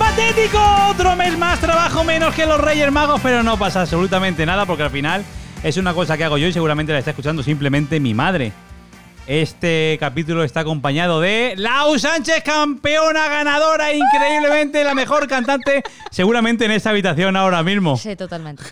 Atlético. Otro mes más, trabajo menos que los Reyes Magos, pero no pasa absolutamente nada porque al final es una cosa que hago yo y seguramente la está escuchando simplemente mi madre. Este capítulo está acompañado de Lau Sánchez, campeona ganadora, increíblemente la mejor cantante, seguramente en esta habitación ahora mismo. Sí, totalmente.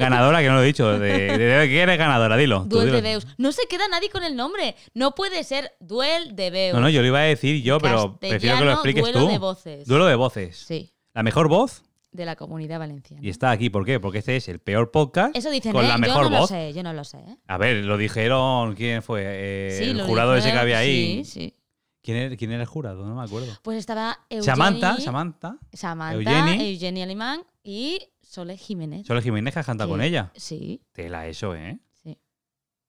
Ganadora, que no lo he dicho. ¿De, de, de qué eres ganadora? Dilo. tú, Duel dilo. de Beus. No se queda nadie con el nombre. No puede ser Duel de Beus. No, no, yo lo iba a decir yo, pero Castellano, prefiero que lo expliques duelo tú. de voces. Duelo de voces. Sí, La mejor voz de la comunidad valenciana. y está aquí. ¿Por qué? Porque este es el peor podcast Eso dicen, con ¿eh? la mejor yo no voz. lo sé, yo no lo sé. ¿eh? A ver, lo dijeron. ¿Quién fue? Eh, Sí, el lo jurado ese que dijeron, había ahí. Sí, sí. ¿Quién, era, quién era el jurado? No me acuerdo. Pues estaba Eugeni, Samantha, Samantha. Samantha, Eugeni. Eugenia Alemán y Sole Jiménez. Solo Jiménez que ha cantado que- con ella. Sí, Tela eso, ¿eh? sí.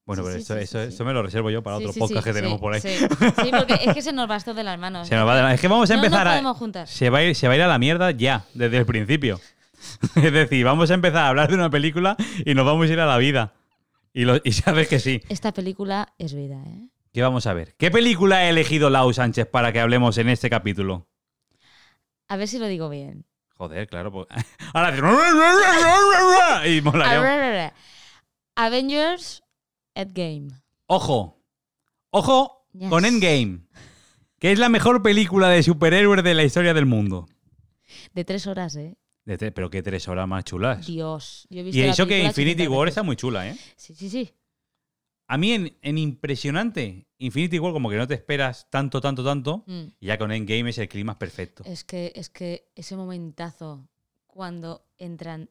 Bueno, Sí, pero sí, eso, sí, eso, sí, sí. eso me lo reservo yo para Sí, otro sí, podcast sí, que tenemos sí, por ahí. Sí, Sí, porque es que se nos bastó de las manos. Se nos va de la- Es que vamos a No nos empezar a- podemos juntar. Se va, a ir, se va a ir a la mierda ya, desde el principio. es decir, vamos a empezar a hablar de una película y nos vamos a ir a la vida. Y, lo- y sabes que sí. Esta película es vida, ¿eh? ¿Qué vamos a ver? ¿Qué película ha elegido Lau Sánchez para que hablemos en este capítulo? A ver si lo digo bien. Joder, claro. pues- Ahora dices- Y A molaría. ver, a ver. Avengers Endgame. Ojo. Ojo Yes. con Endgame. Que es la mejor película de superhéroes de la historia del mundo. De tres horas, ¿eh? De tres- pero qué tres horas más chulas. Dios. Yo he visto Y la eso que película Infinity 500 War veces. está muy chula, ¿eh? Sí, sí, sí. A mí en, en impresionante, Infinity War como que no te esperas tanto, tanto, tanto. Mm. Y ya con Endgame es el clima perfecto. Es que, es que ese momentazo cuando entran,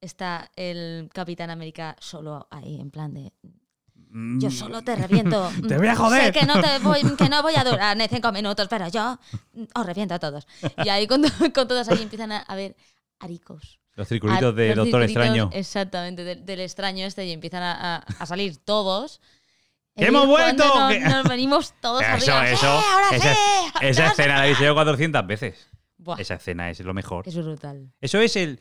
está el Capitán América solo ahí, en plan de Mm, yo solo te reviento. Mm. Te voy a joder. Sé que no, te voy, que no voy a durar ni cinco minutos, pero yo mm, os reviento a todos. Y ahí con, con todos ahí empiezan a, a ver aricos. Los circulitos de Los Doctor circulitos, Extraño. Exactamente, del, del extraño este y empiezan a, a- a salir todos. ¡Que Y hemos cuando vuelto! Nos, ¡Que- nos venimos todos Eso, arriba. eso. ¡Sí, ahora Esa, sí! esa ¡Ahora sí! escena la he visto yo 400 veces. Buah, Esa escena es lo mejor. es brutal. Eso es el.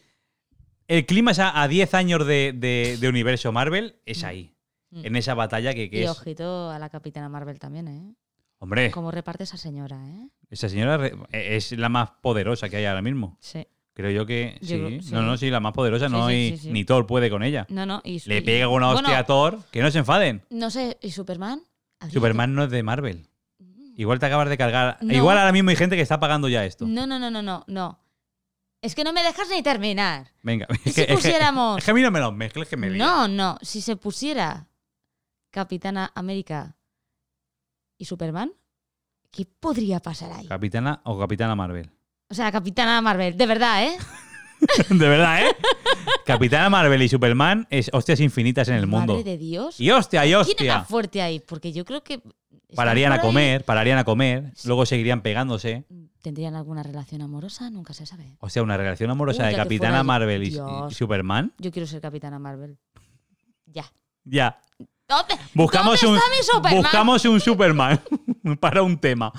El clima es a, a 10 años de, de- de universo Marvel, es ahí. Mm. En esa batalla que, que Y es. ojito a la Capitana Marvel también, ¿eh? Hombre, Como reparte esa señora, ¿eh? esa señora re- es la más poderosa que hay ahora mismo. Sí. Creo yo que. Yo sí. creo- sí. No, no, sí, la más poderosa. Sí, no sí, hay- sí, sí. Ni Thor puede con ella. No, no. Y, Le y- pega una hostia bueno, a Thor. Que no se enfaden. No sé, ¿y Superman? ¿Habría Superman no es de Marvel. que- Igual te acabas de cargar. No. Igual ahora mismo hay gente que está pagando ya esto. No, no, no, no, no, no. Es que no me dejas ni terminar. Venga. ¿Y es que- si es que- pusiéramos? es que a mí no me los mezcles, que me lío. No, no. Si se pusiera Capitana América y Superman, ¿qué podría pasar ahí? Capitana o Capitana Marvel. O sea, Capitana Marvel, de verdad, ¿eh? de verdad, ¿eh? Capitana Marvel y Superman es hostias infinitas en el mundo. Madre de Dios. Y hostia, y ¿Quién era hostia. fuerte ahí? Porque yo creo que. están Pararían por a ahí. comer, pararían a comer, luego seguirían pegándose. ¿Tendrían alguna relación amorosa? Nunca se sabe. O sea, una relación amorosa Uy, de ya que Capitana fuera- Marvel y- y, Dios. Superman. Yo quiero ser Capitana Marvel. Ya. Ya. ¿Dónde, Buscamos ¿dónde un, está mi Superman? buscamos un Superman para un tema.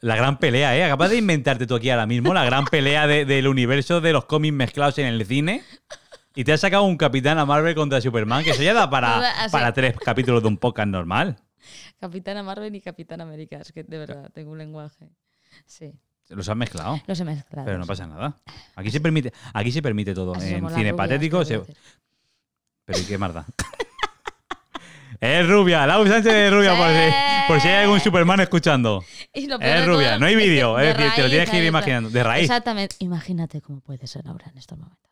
La gran pelea, ¿eh? Acabas de inventarte tú aquí ahora mismo la gran pelea de- del universo de los cómics mezclados en el cine. Y te has sacado un Capitán a Marvel contra Superman, que eso ya da para, Así. para tres capítulos de un podcast normal. Capitana Marvel y Capitán América. Es que de verdad tengo un lenguaje. Sí. Los has mezclado, Los he mezclado. pero no pasa nada. Aquí se permite, aquí se permite todo. Así en somos las cine rubias, este patético, quiero se- decir. pero ¿y qué más da? es rubia, Lau Sánchez es rubia, por si, por si hay algún Superman escuchando. Y lo peor Es de rubia, todo no hay es que vídeo, de es decir, te lo raíz, tienes que ir raíz, imaginando. De raíz. Exactamente. Imagínate cómo puede ser ahora en estos momentos.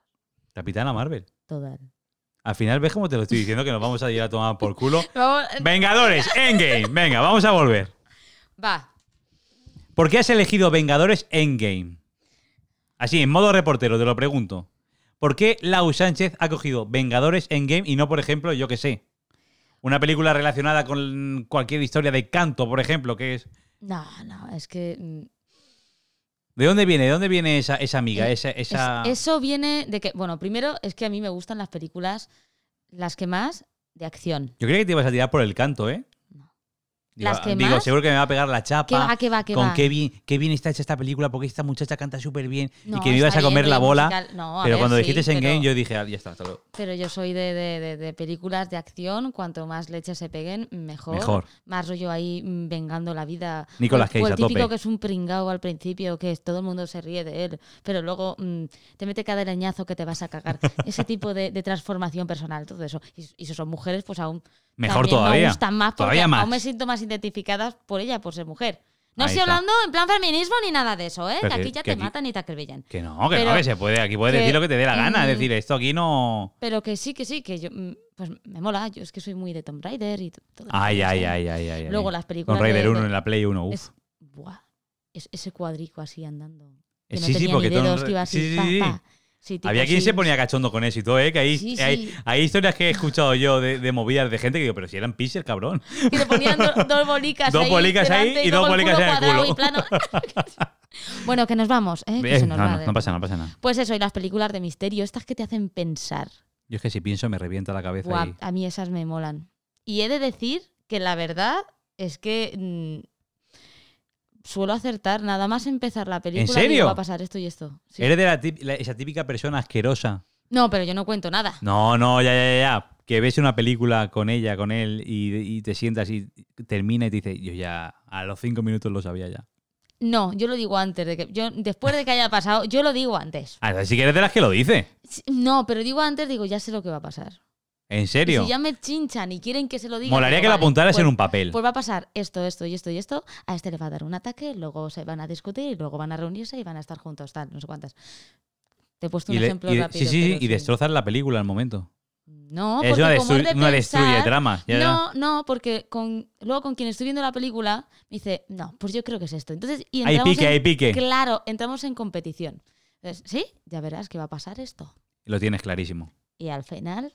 Capitana Marvel. Total. Al final ves cómo te lo estoy diciendo que nos vamos a ir a tomar por culo. Vamos, eh, Vengadores, Endgame. Venga, vamos a volver. va. ¿Por qué has elegido Vengadores Endgame? Así, en modo reportero, te lo pregunto. ¿Por qué Lau Sánchez ha cogido Vengadores Endgame y no, por ejemplo, yo que sé? Una película relacionada con cualquier historia de canto, por ejemplo, que es. No, no, es que. mm, ¿De dónde viene? ¿De dónde viene esa, esa amiga? Eh, Esa, esa... es- eso viene de que. Bueno, primero es que a mí me gustan las películas, las que más, de acción. Yo creía que te ibas a tirar por el canto, ¿eh? No. Digo, Las que digo, más- seguro que me va a pegar la chapa. ¿Qué va, qué va, qué con va? qué bien, qué bien está hecha esta película, porque esta muchacha canta súper bien No, y que me ibas está a comer bien, la el bola. musical- no, a pero ver, cuando sí, dijiste en pero- game, yo dije, ah, ya está, hasta luego. Pero yo soy de, de- de- de películas de acción, cuanto más leches se peguen, mejor. Mejor. Más rollo ahí mm, vengando la vida. Nicolas O el- o Cage, el a típico tope. que es un pringao al principio, que es- todo el mundo se ríe de él, pero luego mm, te mete cada leñazo que te vas a cagar. Ese tipo de, de transformación personal, todo eso. Y, y si son mujeres, pues aún Mejor también todavía. Me gustan más porque Todavía más. aún me siento más identificadas por ella, por ser mujer. No Ahí estoy está. hablando en plan feminismo ni nada de eso, ¿eh? Pero que que- aquí ya que te aquí- matan y te acribillan. Que no, que Pero no, que se puede. Aquí puedes que- decir lo que te dé la gana. mm. Es decir, esto aquí no. Pero que sí, que sí, que yo. mm, Pues me mola, yo es que soy muy de Tomb Raider y t- todo. Ay, eso, ay, ¿sabes? ay, ay, ay. ay. Luego las películas. Tomb Raider de- 1 de- en la Play 1. Uf. es- buah, es- ese cuadrico así andando. Que Eh, no sí, sí, tenía porque ni Tomb dedos, que Ra- iba sí, así. sí, pa, sí. pa. Sí, tipo Había quien así. se ponía cachondo con eso y todo, ¿eh? Que hay, Sí, hay, sí. hay historias que he escuchado yo de, de movidas de gente que digo, pero si eran píxeles, cabrón. Que le ponían do- dos bolicas Dos ahí. bolicas ahí delante y dos luego el bolicas culo en el cuadrado culo. y plano. bueno, que nos vamos, ¿eh? Que Eh, se no, nos no, va de- no pasa nada, no pasa nada. Pues eso, y las películas de misterio, estas que te hacen pensar. Yo es que si pienso me revienta la cabeza. Buah, y- a mí esas me molan. Y he de decir que la verdad es que mm, suelo acertar nada más empezar la película. digo, serio? va a pasar esto y esto. Sí. Eres de la tip- la- esa típica persona asquerosa. No, pero yo no cuento nada. No, no, ya, ya, ya. Que ves una película con ella, con él, y, y te sientas y termina y te dice, yo ya a los cinco minutos lo sabía ya. No, yo lo digo antes de que yo después de que haya pasado, yo lo digo antes. Ah, sí que eres de las que lo dice. Sí, No, pero digo antes, digo ya sé lo que va a pasar. ¿En Y serio? si ya me chinchan y quieren que se lo diga. Molaría digo, que la vale, apuntaras pues- en un papel. Pues va a pasar esto, esto y esto y esto. A este le va a dar un ataque, luego se van a discutir, y luego van a reunirse y van a estar juntos, tal, no sé cuántas. Te he puesto un le- ejemplo y- rápido. sí, sí, pero y destrozas la película al momento. No, es porque una, como destru- es de una pensar- destruye tramas. ya, ya. No, no, porque con, luego con quien estoy viendo la película me dice, no, pues yo creo que es esto. Entonces, y Ahí entramos pique, en- ahí pique. Claro, entramos en competición. Entonces, sí, ya verás que va a pasar esto. Lo tienes clarísimo. Y al final,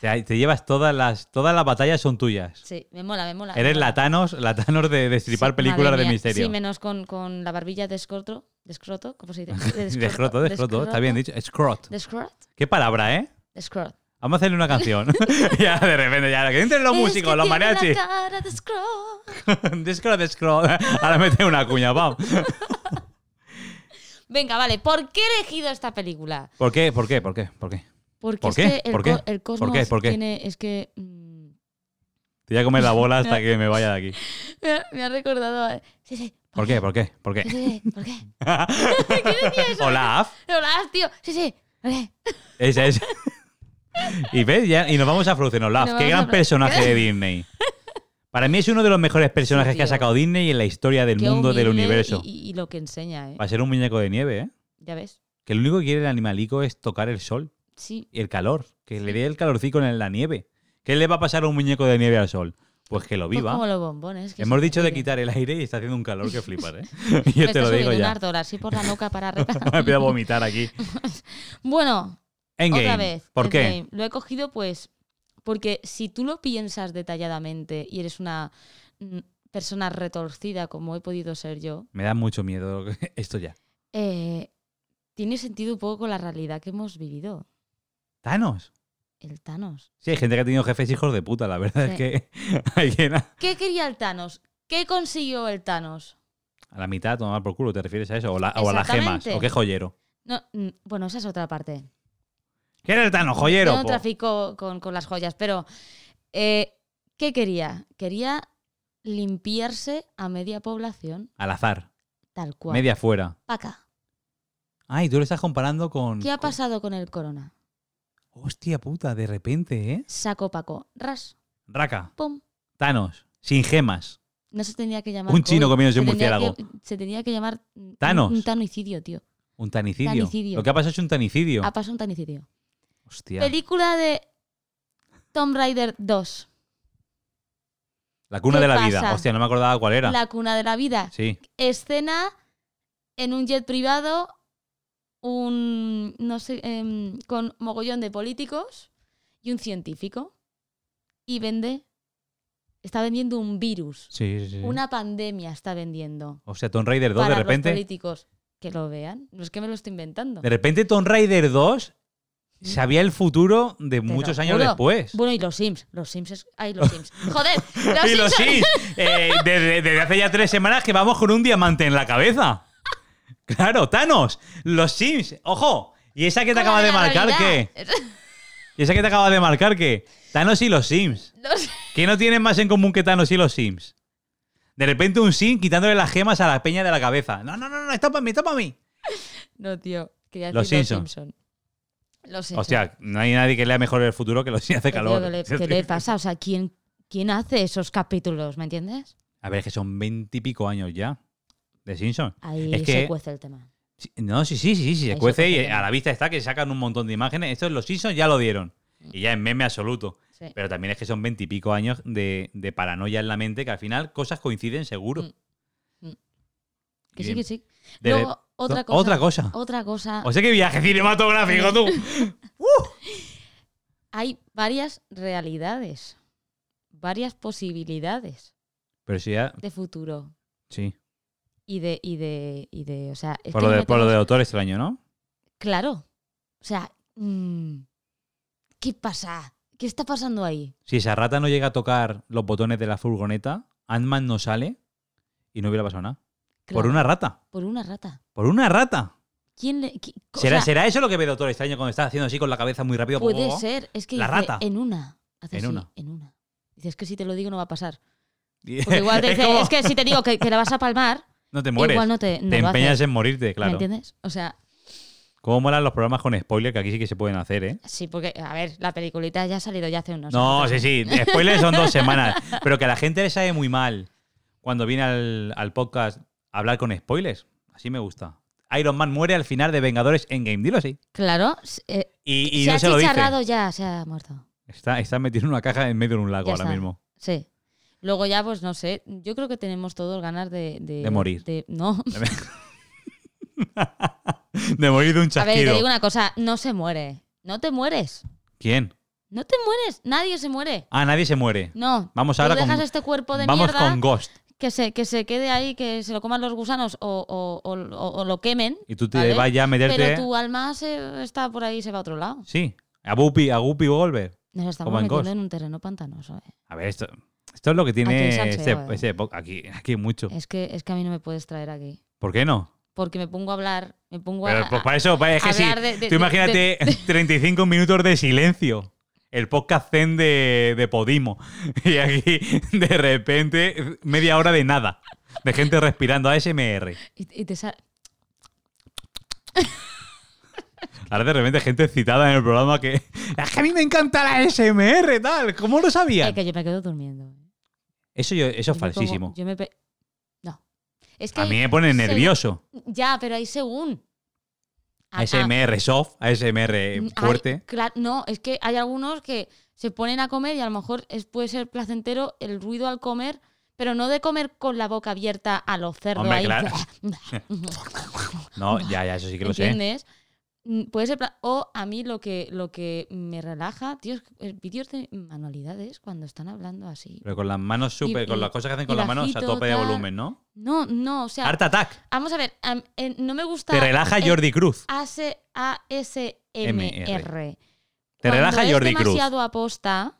Te, te llevas todas las, todas las batallas son tuyas. sí, me mola, me mola. Eres me mola. la Thanos, la Thanos de destripar Sí, películas madre de mía. misterio. Sí, menos con, con la barbilla de escroto. ¿De escroto? ¿Cómo se dice? De De escroto, de escroto, está bien dicho. Scrot. De escroto. Qué palabra, ¿eh? De escroto. Vamos a hacerle una canción. ya, de repente, ya. Que entren los Es músicos, que los tiene la mariachis. cara de escroto. De scroll, de scroll. Ahora mete una cuña, pam. Venga, vale, ¿por qué he elegido esta película? ¿Por qué? ¿Por qué? ¿Por qué? ¿Por qué? Porque ¿Por es qué? que el, ¿Por qué? co- el ¿Por cosmos qué? ¿Por qué? tiene. Es que. mm, Te voy a comer la bola hasta que me vaya de aquí. me, ha, me ha recordado. a- Sí, sí. ¿Por qué? ¿Por qué? ¿Por Sí, qué? sí, ¿Por qué? Olaf. Pero la has, tío. Sí, sí. ¿Por qué? Esa es. Y ves, ya, y nos vamos a Frozen Olaf. Nos Qué vamos a gran Fro- personaje de Disney. Para mí es uno de los mejores personajes Sí, que ha tío. sacado Disney en la historia del Qué mundo del humilde universo. Y, y- y lo que enseña, ¿eh? Va a ser un muñeco de nieve, ¿eh? Ya ves. Que lo único que quiere el animalico es tocar el sol Sí. y el calor. Que le dé el calorcito en la nieve. ¿Qué le va a pasar a un muñeco de nieve al sol? Pues que lo Pues viva. Como los bombones. que Hemos se dicho de piden. quitar el aire y está haciendo un calor que flipas, ¿eh? Yo Me te está lo digo subiendo un ya. ardor así por la nuca para Me reparar. empiezo a vomitar aquí. bueno, Endgame. otra vez. ¿Por qué? Endgame. Lo he cogido pues porque si tú lo piensas detalladamente y eres una mm, persona retorcida como he podido ser yo, Me da mucho miedo esto ya. eh, tiene sentido un poco con la realidad que hemos vivido. Thanos. El Thanos. Sí, hay gente que ha tenido jefes hijos de puta, la verdad es Sí. que hay quien a, ¿Qué quería el Thanos? ¿Qué consiguió el Thanos? a la mitad tomar por culo, ¿te refieres a eso? O, la- o a las gemas, Exactamente. o qué joyero. No, mm, bueno, esa es otra parte. ¿Qué era el Thanos, joyero? Yo no po? trafico con, con las joyas, pero eh, ¿qué quería? Quería limpiarse a media población, Al azar, tal cual. media fuera. Paca. Ay, tú lo estás comparando con... ¿Qué ha con- pasado con el corona? Hostia puta, de repente, ¿eh? Saco Paco. Ras, Raka, pum. Thanos, sin gemas. No se tenía que llamar. Un chino COVID, comiéndose un se tenía murciélago. que- se tenía que llamar. mm, Thanos. Un, un tanicidio, tío. Un tanicidio. Tanicidio. Lo que ha pasado es un tanicidio. Ha pasado un tanicidio. Hostia. Película de Tomb Raider 2. La cuna ¿Qué de la pasa? vida. Hostia, no me acordaba cuál era. La cuna de la vida. Sí. escena en un jet privado, un no sé, em, con mogollón de políticos y un científico. Y vende, está vendiendo un virus, Sí, sí, sí. una pandemia está vendiendo. Hostia, Tomb Raider 2, para de los repente. políticos que lo vean, no es que me lo estoy inventando. De repente Tomb Raider 2 sabía el futuro de Mm. Te lo muchos años juro. después. Bueno, y los Sims. Los Sims es. Ay, los Sims. Joder, los Y Sims. lo son- sí, eh, desde, desde hace ya tres semanas que vamos con un diamante en la cabeza. Claro, Thanos, los Sims, ojo. ¿Y esa que te con la acaba de la marcar realidad. qué? ¿Y esa que te acaba de marcar qué? Thanos y los Sims. Los- ¿Qué no tienen más en común que Thanos y los Sims? De repente un Sim quitándole las gemas a la peña de la cabeza. No, no, no, no, está para mí, está para mí. No, tío. Quería decir Los los Simpson. Simpson. Los Simpson. Hostia, no hay nadie que lea mejor el futuro que los Sims hace Pero, calor. tío, ¿qué, le, qué le pasa? O sea, ¿quién, ¿quién hace esos capítulos? ¿Me entiendes? A ver, es que son veintipico años ya de Simpson. Ahí Es que- se cuece el tema. Sí, No, sí, sí, sí, sí, se Eso cuece y cuece a la vista está que sacan un montón de imágenes. Estos los Simpsons ya lo dieron. Y ya en meme absoluto. Sí. Pero también es que son veintipico años de, de paranoia en la mente que al final cosas coinciden seguro. Mm, Que sí, que sí. De- Luego, otra no, cosa. otra cosa. Otra cosa. O sea que viaje cinematográfico tú. Hay varias realidades. Varias posibilidades Pero sí, ya, de futuro. sí. Y de, y de, y de, o sea, es Por que lo, de, no por lo de tenemos- Doctor Extraño, ¿no? Claro. O sea, mm, ¿qué pasa? ¿Qué está pasando ahí? Si esa rata no llega a tocar los botones de la furgoneta, Ant-Man no sale y no hubiera pasado nada. Por Claro, una rata. por una rata. Por una rata. ¿Quién le, qui- o ¿Será, sea, será eso lo que ve Doctor Extraño cuando está haciendo así con la cabeza muy rápido? Puede ser, es que La dice, rata. en una. Hace En así, una. en una. Dices es que si te lo digo no va a pasar. Y- Porque igual te es dice, como, es que si te digo que, que la vas a palmar, no te mueres. igual no te, no te lo empeñas haces. en morirte, ¿Me claro. entiendes? O sea, ¿Cómo molan los programas con spoiler? Que aquí sí que se pueden hacer, ¿eh? sí, porque, a ver, la peliculita ya ha salido ya hace unos No, años. sí, sí. Spoilers son dos semanas. Pero que a la gente le sabe muy mal cuando viene al, al podcast hablar con spoilers. Así me gusta. Iron Man muere al final de Vengadores Endgame. Dilo así. Claro, s- eh, Y, y se no ha se lo dice. chicharrado ya, se ha muerto. Está, está metido en una caja en medio de un lago Ya ahora está. mismo. Sí. Luego ya, pues no sé, yo creo que tenemos todo el ganar de... De, De morir. de- no, De morir de un a ver, chasquido. te digo una cosa, no se muere. No te mueres. ¿Quién? No te mueres. Nadie se muere. Ah, nadie se muere. No. Vamos Tú ahora dejas con- este cuerpo de Vamos mierda con Ghost. que, se, que se quede ahí, que se lo coman los gusanos o, o- o- o- o lo quemen. Y tú te ¿vale? vas ya a meterte. Pero tu alma se, está por ahí y se va a otro lado. Sí. A Guppy, a Guppy Volver. Nos estamos Como en metiendo Ghost. en un terreno pantanoso. eh. A ver, esto, esto es lo que tiene Aquí hay este, salseo, eh. este po- aquí, aquí hay mucho. Es, que, es que a mí no me puedes traer aquí. ¿Por qué no? Porque me pongo a hablar, me pongo Pero a... pues, para eso, para- es que sí. hablar de- de- Tú imagínate 35 minutos de silencio. El podcast Zen de, de Podimo. Y aquí, de repente, media hora de nada. De gente respirando ASMR. y, y te sa- Ahora, de repente, gente citada en el programa que. Es que a mí me encanta la ASMR, tal. ¿Cómo lo Eh, sabían? que yo me quedo durmiendo. Eso, yo- eso Yo es me falsísimo. pongo- yo me pe- No. Es que A mí me pone segu- nervioso. Ya, pero ahí según. A- a- ASMR soft, ASMR Mm, hay- fuerte. cla- no, es que hay algunos que se ponen a comer y a lo mejor es- puede ser placentero el ruido al comer, pero no de comer con la boca abierta a los cerdos. Hombre, ahí. claro. No, ya, ya, eso sí que lo sé. ¿Entiendes? Mm, Puede ser pla- o a mí lo que lo que me relaja, tío, es eh, vídeos de manualidades cuando están hablando así. Pero con las manos súper, Y- con y- las cosas que hacen y con las manos a bajito, tope de tal. volumen, ¿no? No, no, o sea, Art Attack. vamos a ver, am- eh, no me gusta Te relaja el Jordi Cruz. ASMR. Te Cuando relaja Jordi es Cruz. demasiado aposta,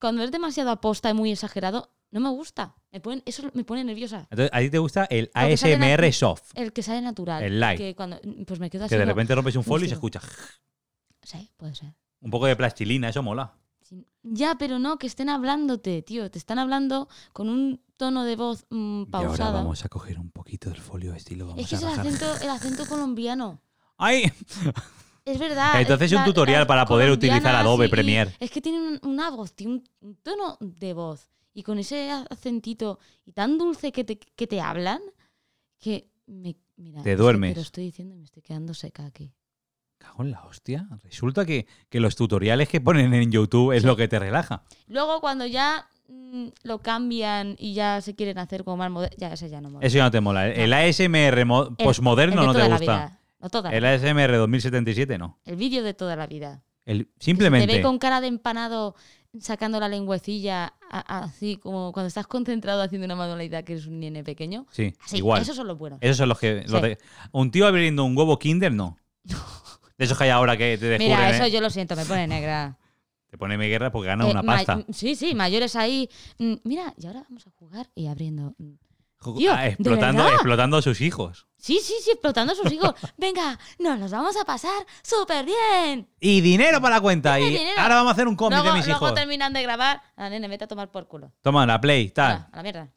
cuando es demasiado aposta y muy exagerado, no me gusta. Me ponen, eso me pone nerviosa. Entonces, a ti te gusta el Lo que sale ASMR natural. soft. El que sale natural. El light. Que cuando, pues me quedo así. Que de como- repente rompes un folio y se Músico. escucha. Sí, puede ser. Un poco de plastilina, eso mola. Sí. Ya, pero no, que estén hablándote, tío. Te están hablando con un tono de voz mm, Y ahora pausada. vamos a coger un poquito del folio estilo. Vamos es que a es el bajar. acento, el acento colombiano. ¡Ay! Es verdad. Entonces, un la- tutorial las para poder utilizar colombianas Adobe y- y Premiere. Es que tienen un- una voz, tiene un- un tono de voz. Y con ese acentito y tan dulce que te, que te hablan, que me, mira, Te es que duermes. Te lo estoy diciendo y me estoy quedando seca aquí. Cago en la hostia. Resulta que, que los tutoriales que ponen en YouTube es lo que te relaja. Luego, cuando ya mm, lo cambian y ya se quieren hacer como más moderno, ya ese ya no mola. Eso ya no te mola. El ASMR mo- El- posmoderno el de no te toda la gusta. vida. No toda. El ASMR 2077 no. El vídeo de toda la vida. El, Que se simplemente. Te ve con cara de empanado sacando la lengüecilla, a- así como cuando estás concentrado haciendo una manualidad que es un nene pequeño. Sí, Así, igual. Esos son los buenos. Esos son los que. los Sí. de- un tío abriendo un huevo Kinder, no. De esos que hay ahora que te descubren. Mira, eso ¿eh? yo lo siento, me pone negra. Te pone mi guerra porque gana Eh, una ma- pasta. Sí, sí, mayores ahí. mm, Mira, y ahora vamos a jugar y abriendo. mm, Ju- tío, ah, ¿de explotando, verdad? explotando a sus hijos. Sí, sí, sí, explotando a sus hijos. Venga, nos los vamos a pasar súper bien. Y dinero para la cuenta. Dame Y dinero. ahora vamos a hacer un cómic Luego, de mis luego hijos. terminan de grabar. La nene, vete a tomar por culo. Toma, la play, Ala, tal. a la mierda.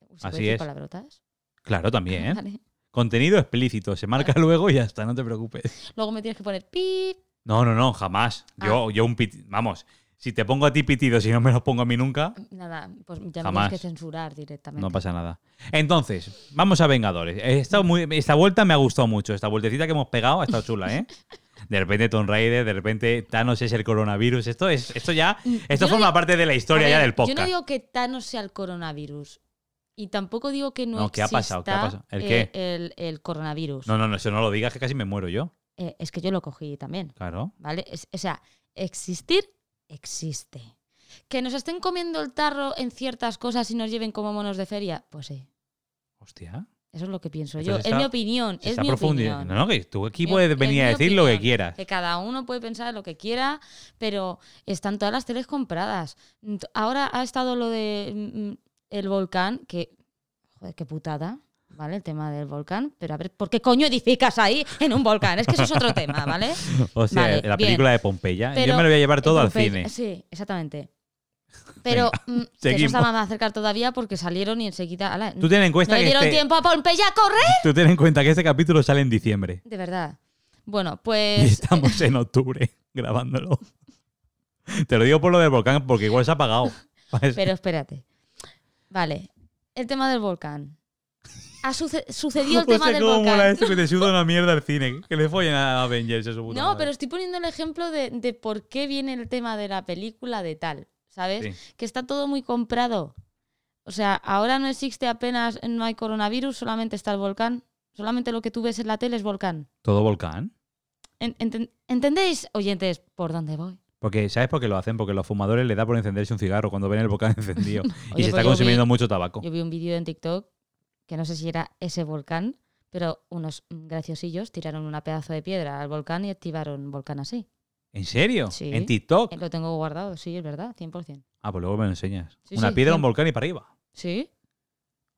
Uy, ¿se Así puede decir es. palabrotas? Claro, también. ¿eh? Vale. Contenido explícito. Se marca luego y ya está, no te preocupes. Luego me tienes que poner pip. No, no, no, jamás. Ah. Yo, yo un piti- Vamos, si te pongo a ti pitidos y no me los pongo a mí nunca, Nada, pues ya me Jamás. tienes que censurar directamente. Mm, no pasa nada. Entonces, vamos a Vengadores. He estado muy- esta vuelta me ha gustado mucho. Esta vueltecita que hemos pegado ha estado chula, ¿eh? De repente Tomb Raider, de repente Thanos es el coronavirus. Esto es, esto ya, esto Yo no forma digo- parte de la historia A ya ver, del podcast. Yo no digo que Thanos sea el coronavirus. Y tampoco digo que no, No, ¿qué ha pasado? ¿Qué ha exista, pasado? ¿El eh, El, el coronavirus. No, no, no, eso no lo digas que casi me muero yo. Eh, es que yo lo cogí también, Claro. ¿vale? Es- o sea, existir existe. Que nos estén comiendo el tarro en ciertas cosas y nos lleven como monos de feria, pues sí. Hostia. Eso es lo que pienso Esto yo. se es está- mi opinión. se es está mi profundizando. opinión. No, no, que tú aquí Es- puedes es venir a mi decir lo que opinión. quieras. Que cada uno puede pensar lo que quiera, pero están todas las teles compradas. Mm, t- Ahora ha estado lo de mm, el volcán, que. Joder, qué putada, ¿vale? El tema del volcán. Pero a ver, ¿por qué coño edificas ahí en un volcán? Es que eso es otro tema, ¿vale? O sea, Vale, la bien. película de Pompeya. Yo Pero- me lo voy a llevar todo al Entonces, cine. Sí, exactamente. Pero mm, que no seguimos. estaba más cerca todavía porque salieron y enseguida. ala, Tú ten en no cuenta le que dieron este, tiempo a Pompeya a correr. tú ten en cuenta que este capítulo sale en diciembre. De verdad. Bueno, Y pues. estamos en octubre grabándolo. Te lo digo por lo del volcán porque igual se ha apagado. Pero espérate. Vale. El tema del volcán. Ha suce- sucedió el Hostia, tema del cómo Pues mola volcán. esto que te suda una mierda al cine. Que le follen a Avengers a su puta No, madre. pero estoy poniendo el ejemplo de, de por qué viene el tema de la película de tal. ¿Sabes? Que está todo muy comprado. O sea, ahora no existe apenas, no hay coronavirus, solamente está el volcán. Solamente lo que tú ves en la tele es volcán. ¿Todo volcán? En- enten- ¿Entendéis, oyentes, por dónde voy? Porque, ¿sabes por qué lo hacen? Porque los fumadores le da por encenderse un cigarro cuando ven el volcán encendido. y Oye, se está pues yo consumiendo vi- mucho tabaco. Yo vi un vídeo en TikTok que no sé si era ese volcán, pero unos mm, graciosillos tiraron una pedazo de piedra al volcán y activaron volcán así. ¿En serio? Sí. ¿En TikTok? Eh, Lo tengo guardado, sí, es verdad, 100%. Ah, pues luego me lo enseñas. Sí, una sí, piedra, sí. un volcán y para arriba. Sí.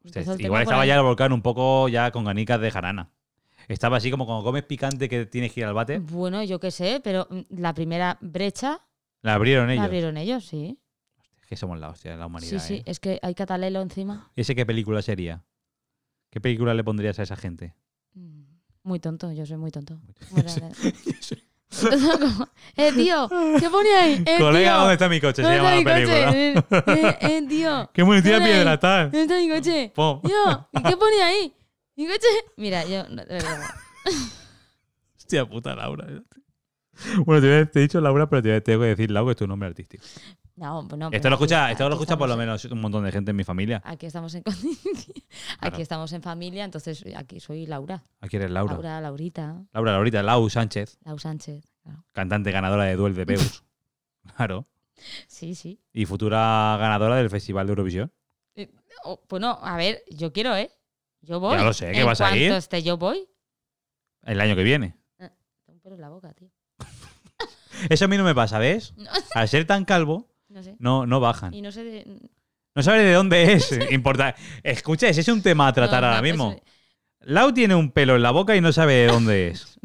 Hostia, Empezó el tema igual por estaba ahí. ya el volcán un poco ya con ganicas de jarana. Estaba así como cuando comes picante que tienes que ir al bate. Bueno, yo qué sé, pero mm, la primera brecha La abrieron ellos. la abrieron ellos, sí. Es que somos la hostia de la humanidad. Sí, sí, ¿eh? Ah. es que hay catalelo encima. ¿Y ese qué película sería? ¿Qué película le pondrías a esa gente? Mm, Muy tonto, yo soy muy tonto. Yo Muy sé- rara. eh, tío, ¿qué pone ahí? Eh, Colega, tío, ¿dónde está mi coche? Se ¿dónde llama la película. está mi coche? Eh, eh, eh, tío, ¡Qué bonita ¿Dónde hay? piedra tal! ¿dónde está mi coche? Pum. Yo, ¿y qué ponía ahí? ¿Mi coche? Mira, yo. no, de verdad. Hostia puta, Laura. Bueno, te, he- te he dicho Laura, pero te tengo que decir Laura, que es tu nombre artístico. No, pues no. Esto pero lo aquí- escucha, esto lo aquí escucha por lo estamos en- menos un montón de gente en mi familia. Aquí estamos en. condi- Claro. Aquí estamos en familia, entonces aquí soy Laura. Aquí eres Laura. Laura, Laurita, Laura, Laurita, Lau Sánchez, Lau Sánchez. claro. cantante ganadora de Duel de Peus. claro. Sí, sí. Y futura ganadora del Festival de Eurovisión. O- bueno, a ver, yo quiero, ¿eh? Yo voy. Ya lo sé, que En vas a ir. cuanto esté yo voy. El año que viene. Tengo un pelo en la boca, tío. Eso a mí no me pasa, ¿ves? No, Al ser tan calvo, no sé. no, no bajan. Y no sé de. No sabes de dónde es. Importa. Escucha, ese es un tema a tratar no, no, ahora mismo. eso- Lau tiene un pelo en la boca y no sabe de dónde es.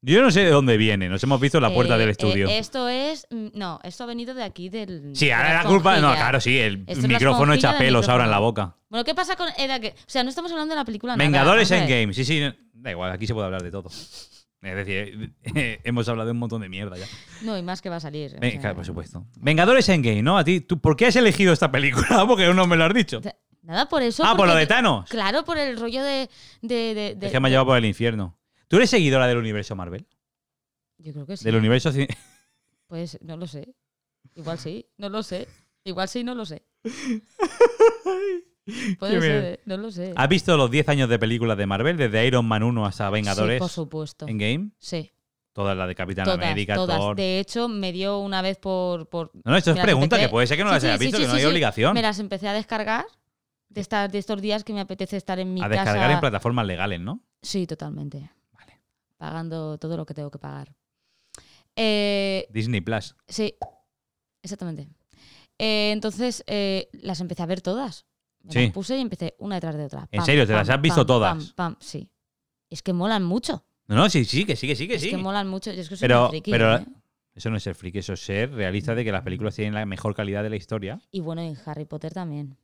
Yo no sé de dónde viene. Nos hemos visto en la puerta eh, del eh, estudio. esto es. mm, No, esto ha venido de aquí, del. sí, de ahora la la culpa. No, esponjilla. claro, sí. El Esto es la micrófono esponjilla echa del pelos ahora en la micrófono. boca. Bueno, ¿qué pasa con Eda? Que, o sea, no estamos hablando de la película. nada, Vengadores vamos a ver. Endgame. Sí, sí. Da igual, aquí se puede hablar de todo. Es decir, eh, hemos hablado de un montón de mierda ya. No, y más que va a salir. o Ven- sea, claro, por supuesto. Vengadores Endgame, ¿no? A ti, ¿tú, ¿por qué has elegido esta película? Porque no me lo has dicho. te- Nada por eso. Ah, por lo porque- de Thanos. Claro, por el rollo de. de, de- de- Es que me ha llevado por el infierno. ¿Tú eres seguidora del universo Marvel? Yo creo que sí. Del universo. cin- Pues no lo sé. Igual sí, no lo sé. Igual sí, no lo sé. Qué Puede bien. Ah, ser, no lo sé. ¿Has visto los 10 años de películas de Marvel? Desde Iron Man 1 hasta Sí, Vengadores por supuesto. Endgame. Sí, Todas las de Capitán todas, América, todas. Thor. De hecho, me dio una vez por... por... No, no, esto es Mira, pregunta empecé- que puede ser que no Sí, las sí, hayas sí, visto, sí, que no sí, hay sí. obligación. Me las empecé a descargar de, estas, de estos días que me apetece estar en mi a casa. descargar en plataformas legales, ¿no? Sí, totalmente. Vale. pagando todo lo que tengo que pagar. Eh, Disney Plus. sí, exactamente. Eh, entonces eh, las empecé a ver todas. Me Sí. las puse y empecé una detrás de otra. ¿En serio? ¿Te las has visto todas? Pam, pam, sí. Es que molan mucho. No, no, sí, sí, que sí, que sí, que es sí. que molan mucho. Yo es que soy Pero- muy friki, pero- ¿eh? Eso no es ser friki, eso es ser realista de que las películas tienen la mejor calidad de la historia. Y bueno, en Harry Potter también.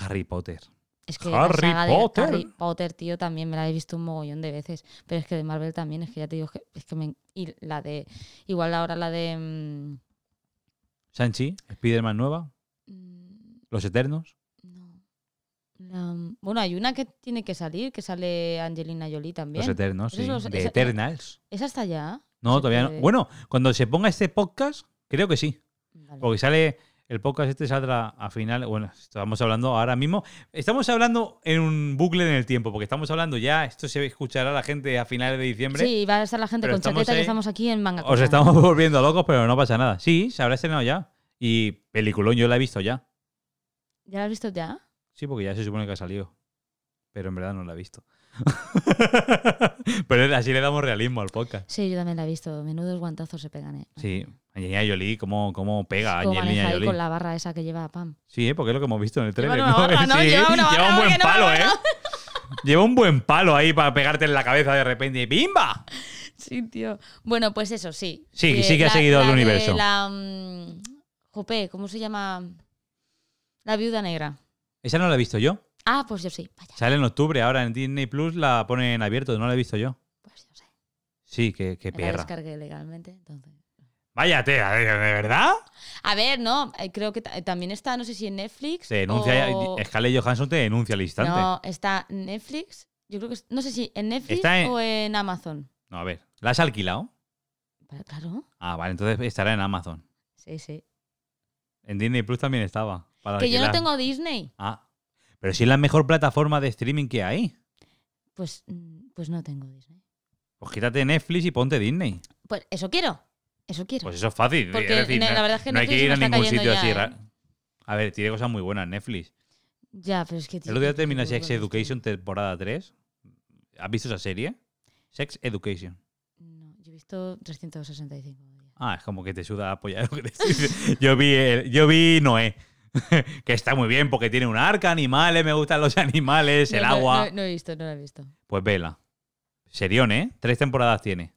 Harry Potter. Es que Harry la saga Potter. de Harry Potter, tío, también me la he visto un mogollón de veces. Pero es que de Marvel también, es que ya te digo, es que, es que me. Y la de. Igual ahora la de. mm, Sanchi, Spider-Man nueva, mm, Los Eternos. no. La, mm, bueno, hay una que tiene que salir, que sale Angelina Jolie también. Los Eternos, Eso sí. es los- de esa- Eternals. ¿Esa está ya? No, se todavía no. puede. Bueno, cuando se ponga este podcast, creo que sí. Vale. Porque sale. El podcast este saldrá a final. Bueno, estamos hablando ahora mismo. Estamos hablando en un bucle en el tiempo, porque estamos hablando ya. Esto se escuchará a la gente a finales de diciembre. Sí, va a estar la gente Pero con estamos chaqueta ahí- que estamos aquí en manga. Os corta. estamos volviendo locos, pero no pasa nada. Sí, se habrá estrenado ya. Y peliculón yo la he visto ya. ¿Ya la has visto ya? Sí, porque ya se supone que ha salido. Pero en verdad no la he visto. pero así le damos realismo al podcast. Sí, yo también la he visto. Menudos guantazos se pegan, ¿eh? Sí, Angelina Jolie, ¿cómo, cómo pega Como Angelina maneja ahí Jolie? con la barra esa que lleva Pam. Sí, ¿eh? porque es lo que hemos visto en el Lleva trailer. una barra, ¿no? Sí, Lleva una barra, un buen porque no me palo, ¿eh? acuerdo. Lleva un buen palo ahí para pegarte en la cabeza de repente. ¡Bimba! Sí, tío. Bueno, pues eso, sí. Sí, sí que ha seguido el de universo. La, mm, Jope, ¿cómo se llama? La viuda negra. Esa no la he visto yo. Ah, pues yo sí. Vaya, Sale en octubre, ahora en Disney Plus la ponen abierto, no la he visto yo. pues yo sé. Sí, qué, qué Me La perra. descargué legalmente, entonces. Váyate, ¿de verdad? A ver, no, eh, creo que ta- también está, no sé si en Netflix. Se denuncia, o- Scarlett Johansson te denuncia al instante. No, Oh. No, está Netflix. Yo creo que es- no sé si en Netflix Está en- o en Amazon. a ver, ¿la has alquilado? Pero claro. Ah, vale, entonces estará en Amazon. Sí, sí. En Disney Plus también estaba. para Que yo no alquilar. tengo Disney. Ah, pero si es la mejor plataforma de streaming que hay. Pues, mm, pues no tengo Disney. Pues quítate Netflix y ponte Disney. Pues eso quiero. Eso quiero. Pues eso es fácil. Porque es decir, no, no, la verdad es que no hay que Netflix ir a me está ningún cayendo sitio ya, así. ¿eh? ra- A ver, tiene cosas muy buenas Netflix. Ya, pero es que... El otro día termina Sex Sex Education temporada 3. ¿Has visto esa serie? Sex Education. No, yo he visto 365 días. Ah, es como que te suda apoyar lo que te estoy diciendo. Yo vi, el- yo vi Noé, que está muy bien porque tiene un arca, animales, me gustan los animales, el No, no, agua. No, no he visto, no la he visto. Pues vela. Serión, ¿eh? Tres temporadas tiene.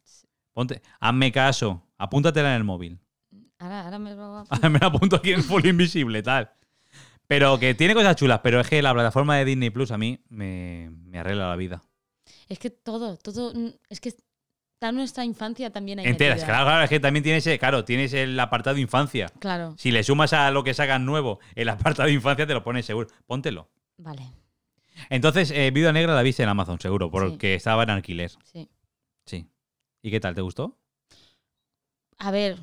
Ponte, hazme caso, apúntatela en el móvil. Ahora, ahora me lo hago. me la apunto aquí en Full Invisible, tal. Pero que tiene cosas chulas, pero es que la plataforma de Disney Plus a mí me, me arregla la vida. Es que todo, todo... mm, Es que está nuestra infancia también ahí Enteras, metida. claro, claro, es que también tienes, eh, claro, tienes el apartado infancia. Claro, Si le sumas a lo que sacan nuevo el apartado de infancia, te lo pones seguro. Póntelo. vale, Entonces, eh, Viuda Negra la viste en Amazon, seguro, porque estaba en alquiler. sí. Sí. ¿Y qué tal? ¿Te gustó? A ver...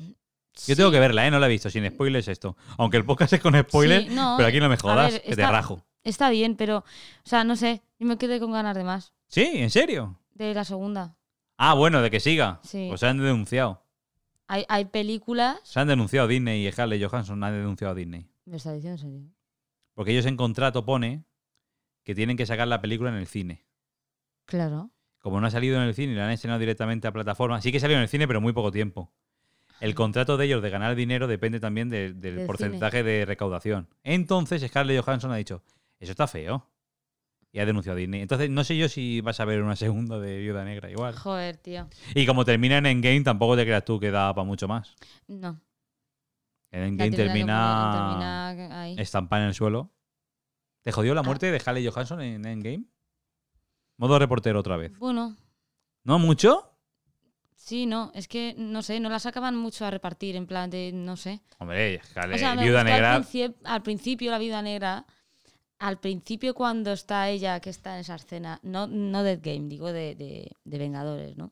Yo tengo que verla, ¿eh? No la he visto, sin spoilers esto. Aunque el podcast es con spoilers, pero aquí no me jodas, ver, que te está- rajo. Está bien, pero... O sea, no sé, yo me quedé con ganas de más. Sí, ¿en serio? De la segunda. Ah, bueno, de que siga. Sí. Pues se han denunciado. Hay, hay películas... Se han denunciado Disney y Harley Johansson han denunciado a Disney. Me está diciendo en serio. Porque ellos en contrato pone que tienen que sacar la película en el cine. Claro. como no ha salido en el cine y la han estrenado directamente a plataforma, sí que salió en el cine, pero muy poco tiempo. El contrato de ellos de ganar dinero depende también de- del Del porcentaje de recaudación. Entonces Scarlett Johansson ha dicho, eso está feo. Y ha denunciado a Disney. Entonces no sé yo si vas a ver una segunda de Viuda Negra igual. Joder, tío. Y como termina en Endgame, tampoco te creas tú que da para mucho más. No. En la Endgame tendrán que termina poner- termina ahí. estampada en el suelo. ¿Te jodió Ah. la muerte de Scarlett Johansson en Endgame? Modo reportero otra vez. Bueno, ¿No mucho? Sí, no, es que no sé, no la sacaban mucho a repartir, en plan de, no sé. Hombre, Scarlett- O sea, me Viuda gustó Negra. Al, princi- al principio, la viuda negra, al principio cuando está ella, que está en esa escena, no, no Dead Game, digo de, de- de Vengadores, ¿no?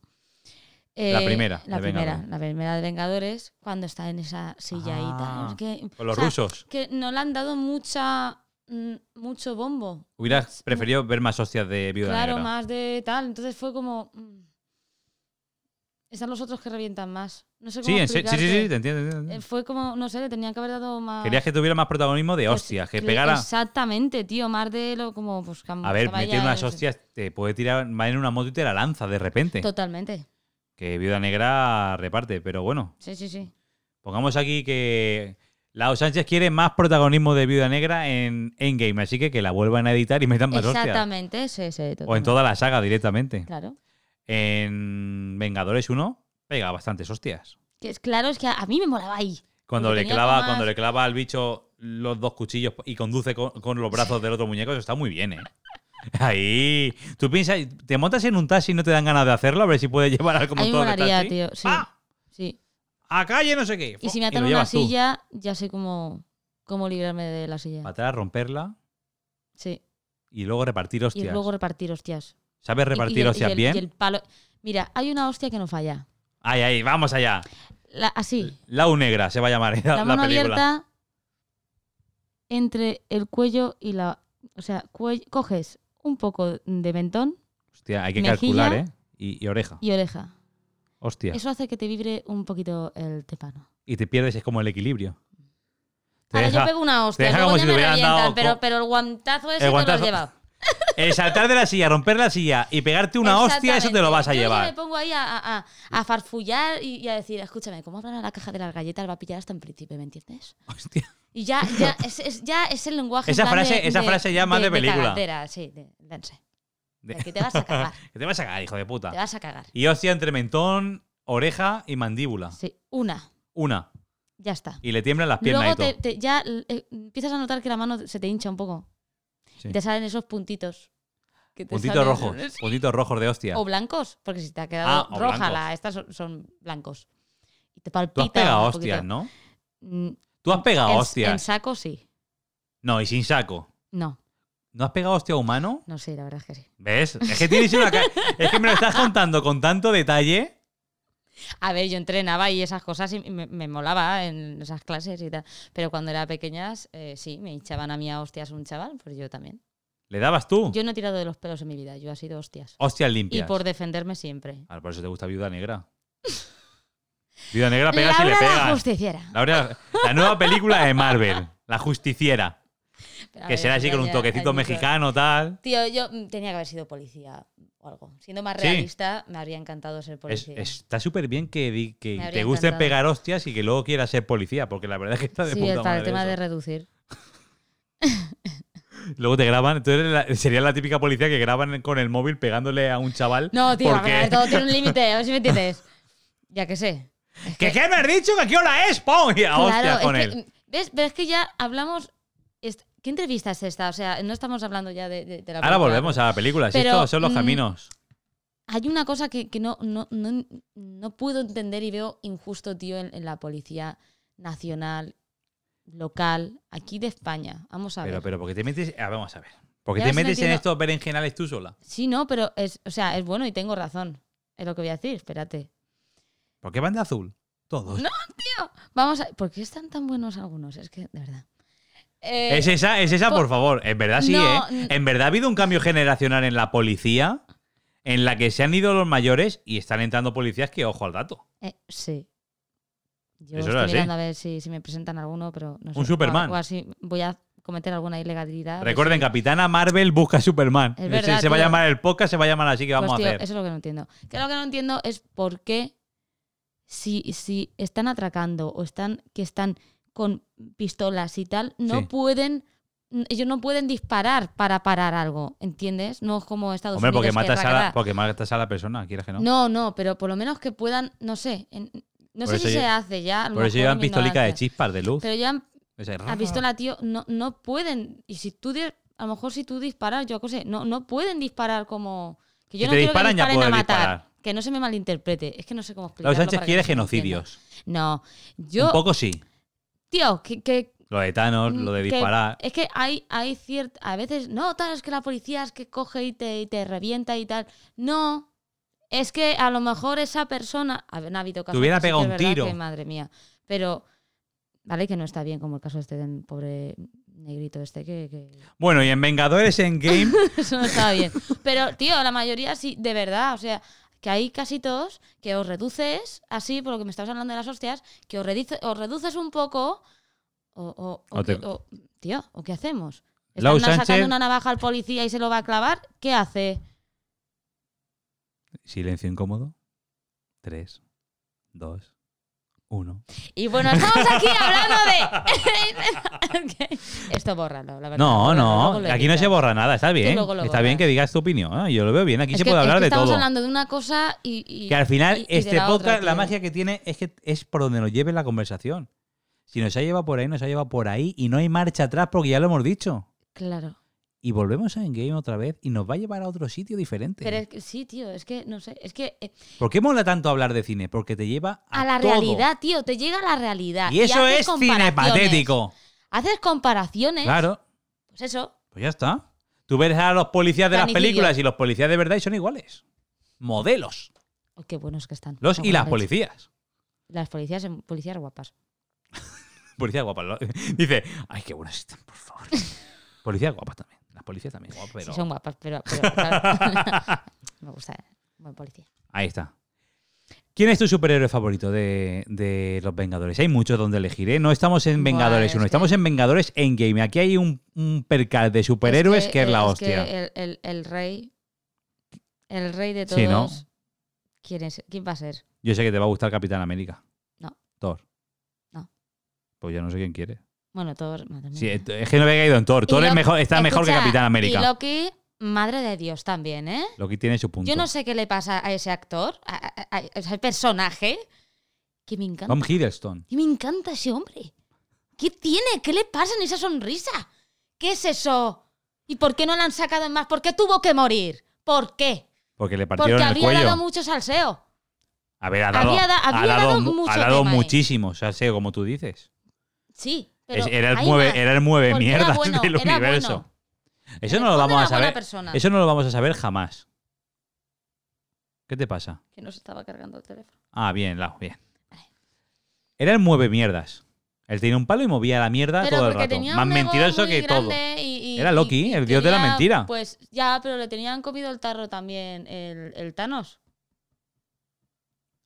Eh, La primera, La de primera, Vengadores. la primera de Vengadores, cuando está en esa silla ahí y tal. Ah, Es que, Con los o sea, rusos. Que no le han dado mucha mm, mucho bombo. Hubieras preferido ver más hostias de Viuda claro, Negra. más de tal. Entonces fue como. mm, Están los otros que revientan más. No sé cómo Sí, en se- sí, sí, sí, explicarte. te entiendo. te entiendo. Eh, Fue como, no sé, le tenían que haber dado más. Querías que tuviera más protagonismo de pues, hostias, que cre- pegara. Exactamente, tío, más de lo como. Pues, como A ver, estaba metiendo ya, unas no sé. hostias, te puede tirar va en una moto y te la lanza de repente. Totalmente. Que Viuda Negra reparte, pero bueno. Sí, sí, sí. Pongamos aquí que Lao Sánchez quiere más protagonismo de Viuda Negra en Endgame, así que que la vuelvan a editar y metan más hostias. Exactamente, ese, ese. O en totalmente. toda la saga directamente. Claro. En Vengadores 1 pega bastantes hostias. Que es, claro, es que a, a mí me molaba ahí. Cuando le Porque tenía clava, más- cuando le clava al bicho los dos cuchillos y conduce con, con los brazos del otro muñeco, eso está muy bien, ¿eh? Ahí. Tú piensas, te montas en un taxi y no te dan ganas de hacerlo, a ver si puedes llevar al a mí me conductor del molaría, taxi. tío. Sí, ¡Ah! sí. A calle no sé qué. Y si me lo atan a una llevas tú. silla, ya sé cómo, cómo librarme de la silla. Para atrás, romperla Sí. y luego repartir hostias. Y luego repartir hostias. ¿Sabes Y- y repartir el- y hostias el- bien? y el palo- Mira, hay una hostia que no falla. Ay, ay, vamos allá. La- así. La Negra se va a llamar la, La mano película. abierta entre el cuello y la. O sea, cuello- coges un poco de mentón Hostia, hay que mejilla. calcular, ¿eh? Y, y oreja. y oreja. Hostia. Eso hace que te vibre un poquito el tepano. Y te pierdes, es como el equilibrio. Te Ahora deja- yo pego una hostia, deja luego como ya si te me hubieran revientan, dado co- pero, pero el guantazo ese El te guantazo- lo has llevado. El saltar de la silla, romper la silla y pegarte una hostia, eso te lo vas a Exactamente. Yo ya llevar. me pongo ahí a, a- a- a farfullar y, y a decir, escúchame, ¿cómo abran a la caja de las galletas? Va a pillar hasta en príncipe, ¿me entiendes? Hostia. Y ya, ya, es, es- ya es el lenguaje. en Esa plan frase- de- esa frase ya más de película. cagadera, sí, de, dense. De- De que te vas a cagar. Que te vas a cagar, hijo de te puta. vas a cagar. Y hostia entre mentón, oreja y mandíbula. Sí, una. Una. Ya está. Y le tiemblan las piernas Luego y todo. te, te- ya eh, empiezas a notar que la mano se te hincha un poco. Sí. Y te salen esos puntitos. que te Puntitos salen- rojos. Puntitos rojos de hostia. O blancos, porque si te ha Ah, quedado o roja, blancos. la, estas son, son blancos. Y te Tú palpita. has pegado un hostias, poquito. ¿no? Mm, Tú has pegado en- En hostias. saco sí. No, y sin saco. No, ¿No has pegado hostia a humano? no sé, la verdad es que sí. ¿Ves? Es que tienes una ca- Es que me lo estás contando con tanto detalle. A ver, yo entrenaba y esas cosas y me, me molaba en esas clases y tal. Pero cuando era pequeñas, eh, sí, me hinchaban a mí a hostias un chaval, pues yo también. ¿Le dabas tú? Yo no he tirado de los pelos en mi vida, yo he sido hostias. Oh. Hostias limpias. Y por defenderme siempre. Ah, por eso te gusta Viuda Negra. Viuda Negra pega si le Laura la pegas. justiciera. Laura- la nueva película de Marvel, La Justiciera. Pero a Que ver, será así ya- con un ya- toquecito ya- mexicano, tal. Tío, yo mm, tenía que haber sido policía o algo. Siendo más Sí. realista, me habría encantado ser Es- policía. está súper bien que, di- que Me habría te guste encantado. pegar hostias y que luego quieras ser policía, porque la verdad es que está de sí, puta el- para el madre tema de eso. reducir. Luego te graban, tú eres la- serías la típica policía que graban con el móvil pegándole a un chaval. No, tío, a porque- ver, todo tiene un límite, a ver si me entiendes. Ya que sé. ¿Que qué me has dicho? ¿Que qué hora es? ¡Pum! Y a hostias Claro, con es él. que, mm, ¿ves? Pero es que ya hablamos. est- ¿Qué entrevista es esta? O sea, no estamos hablando ya de, de- de la. Ahora película. volvemos a la película. si Pero, estos son los mm, caminos. Hay una cosa que, que no, no, no, no puedo entender y veo injusto, tío, en, en la policía nacional, local, aquí de España. Vamos a Pero, ver. pero, ¿por qué te metes? Ah, vamos a ver. ¿Por qué Ya te ves, no metes en entiendo. estos berenjenales tú sola? Sí, no, pero es, o sea, es bueno y tengo razón. Es lo que voy a decir, espérate. ¿Por qué van de azul? Todos. No. Vamos a. ¿Por qué están tan buenos algunos? Es que, de verdad. Eh, Es esa, es esa, por po- favor. En verdad sí, No, ¿eh? n- En verdad ha habido un cambio generacional en la policía en la que se han ido los mayores y están entrando policías que ojo al dato. eh, sí. Yo Eso estoy era así. mirando a ver si, si me presentan alguno, pero no sé. Un Superman. O, o así voy a cometer alguna ilegalidad. Recuerden, Capitana Marvel busca a Superman. Es verdad, se, se va a tío. llamar el podcast, se va a llamar así que Pues, vamos tío, a hacer. Eso es lo que no entiendo. Que lo que no entiendo es por qué si, si están atracando o están que están con pistolas y tal, no Sí. pueden n- ellos no pueden disparar para parar algo, ¿entiendes? No es como Estados Hombre, porque Unidos. que matas, a la, racará. porque matas a la persona, quieras que no. no, no, pero por lo menos que puedan, no sé, en- no Por sé eso si lle- se hace ya. a lo Por eso mejor llevan mi pistolica de ignorancia. chispas, de luz. Pero llevan Ese- a pistola, tío, no, no pueden. Y si tú, di- a lo mejor si tú disparas, yo qué sé, no, no pueden disparar como. Que yo Si no te quiero disparan, que ya disparen a puedes matar. disparar. Que no se me malinterprete. Es que no sé cómo explicarlo. Los Sánchez para que quiere no se me genocidios. entienda. No, yo. Un poco sí. Tío, que. que Lo de Thanos, lo de que- disparar. es que hay, hay cierta. A veces, no, tal, es que la policía es que coge y te, y te revienta y tal. No. Es que a lo mejor esa persona. a ver, no ha habido casos. Te hubiera que sí que pegado es un verdad tiro. que, madre mía. Pero. Vale, que no está bien, como el caso este del pobre negrito este que- que Bueno, y en Vengadores en Game Eso no estaba bien. Pero, tío, la mayoría sí, de verdad. O sea, que hay casi todos que os reduces, así, por lo que me estabas hablando de las hostias, que os, redice- os reduces un poco. O, o- o O te- que- o- tío, ¿o qué hacemos? Lau ¿Están Sánchez- sacando una navaja al policía y se lo va a clavar? ¿Qué hace? Silencio incómodo. 3, 2, 1. Y bueno, estamos aquí hablando de. Ok. Esto bórralo, la verdad. No, bórralo, no, luego lo aquí no editas. se borra nada, está bien. luego lo Está bien borras. que digas tu opinión, ¿no? yo lo veo bien, aquí Es se que- puede es hablar que de Estamos todo. hablando de una cosa y. y- Que al final y- y de este la otra, podcast, la tío. magia que tiene es que es por donde nos lleve la conversación. Si nos ha llevado por ahí, nos ha llevado por ahí y no hay marcha atrás porque ya lo hemos dicho. Claro. Y volvemos a Endgame otra vez y nos va a llevar a otro sitio diferente. Pero es que, sí, tío, es que no sé. Es que eh, ¿Por qué mola tanto hablar de cine? Porque te lleva a, a la todo. realidad, tío, te llega a la realidad. Y eso haces es cine comparaciones. ¿eh? patético. Haces comparaciones. Claro, Pues eso. pues ya está. Tú ves a los policías de las Caniquillo. películas y los policías de verdad y son iguales. Modelos. Oh, Qué buenos que están. Los y Cago en las leche. policías. Las policías, en- policías guapas. Policías guapas. lo- Dice, ay, qué buenas están, por favor. policías guapas también. Las policías también guapas, pero... Sí, son guapas, pero. pero, claro. Me gusta. eh, Buen policía. Ahí está. ¿Quién es tu superhéroe favorito de, de los Vengadores? Hay muchos donde elegir, ¿eh? No estamos en Buah, Vengadores es 1, que- estamos en Vengadores Endgame. Aquí hay un, un percal de superhéroes que, es eh, la hostia. el, el- el rey. El rey de todos. Sí, ¿no? ¿Quién, es, ¿Quién va a ser? Yo sé que te va a gustar Capitán América. No. Thor. No. Pues yo no sé quién quiere. Bueno, todos. madre Sí, mía. es es que no había caído en Thor. Y Thor es Loki- mejor, está mejor que Escucha, Capitán América. Y Lo... Loki, madre de Dios también, ¿eh? que tiene su punto. Yo no sé qué le pasa a ese actor, a, a- a- a ese personaje, que me encanta. Tom Hiddleston. Y me encanta ese hombre. ¿Qué tiene? ¿Qué le pasa en esa sonrisa? ¿Qué es eso? ¿Y por qué no la han sacado en más? ¿Por qué tuvo que morir? ¿Por qué? Porque le Porque partieron el habría cuello. dado mucho salseo. A ver, ha dado, había da- ha había dado dado mu- mucho ha dado tema, eh. muchísimo, o sea, sé, como tú dices. Sí, pero Es- era, el hay mueve, más. era el mueve Porque era mierdas bueno, del era universo. bueno. Eso En no lo el fondo vamos era a buena saber. persona. Eso no lo vamos a saber jamás. ¿Qué te pasa? Que nos estaba cargando el teléfono. Ah, bien, Lau, bien. Era el mueve mierdas. Él tenía un palo y movía la mierda Pero todo el porque rato. tenía Más un ego mentiroso muy que todo. grande y- y- Era Loki, y- y el dios de la quería- mentira. Pues ya, pero le tenían comido el tarro también el, el Thanos.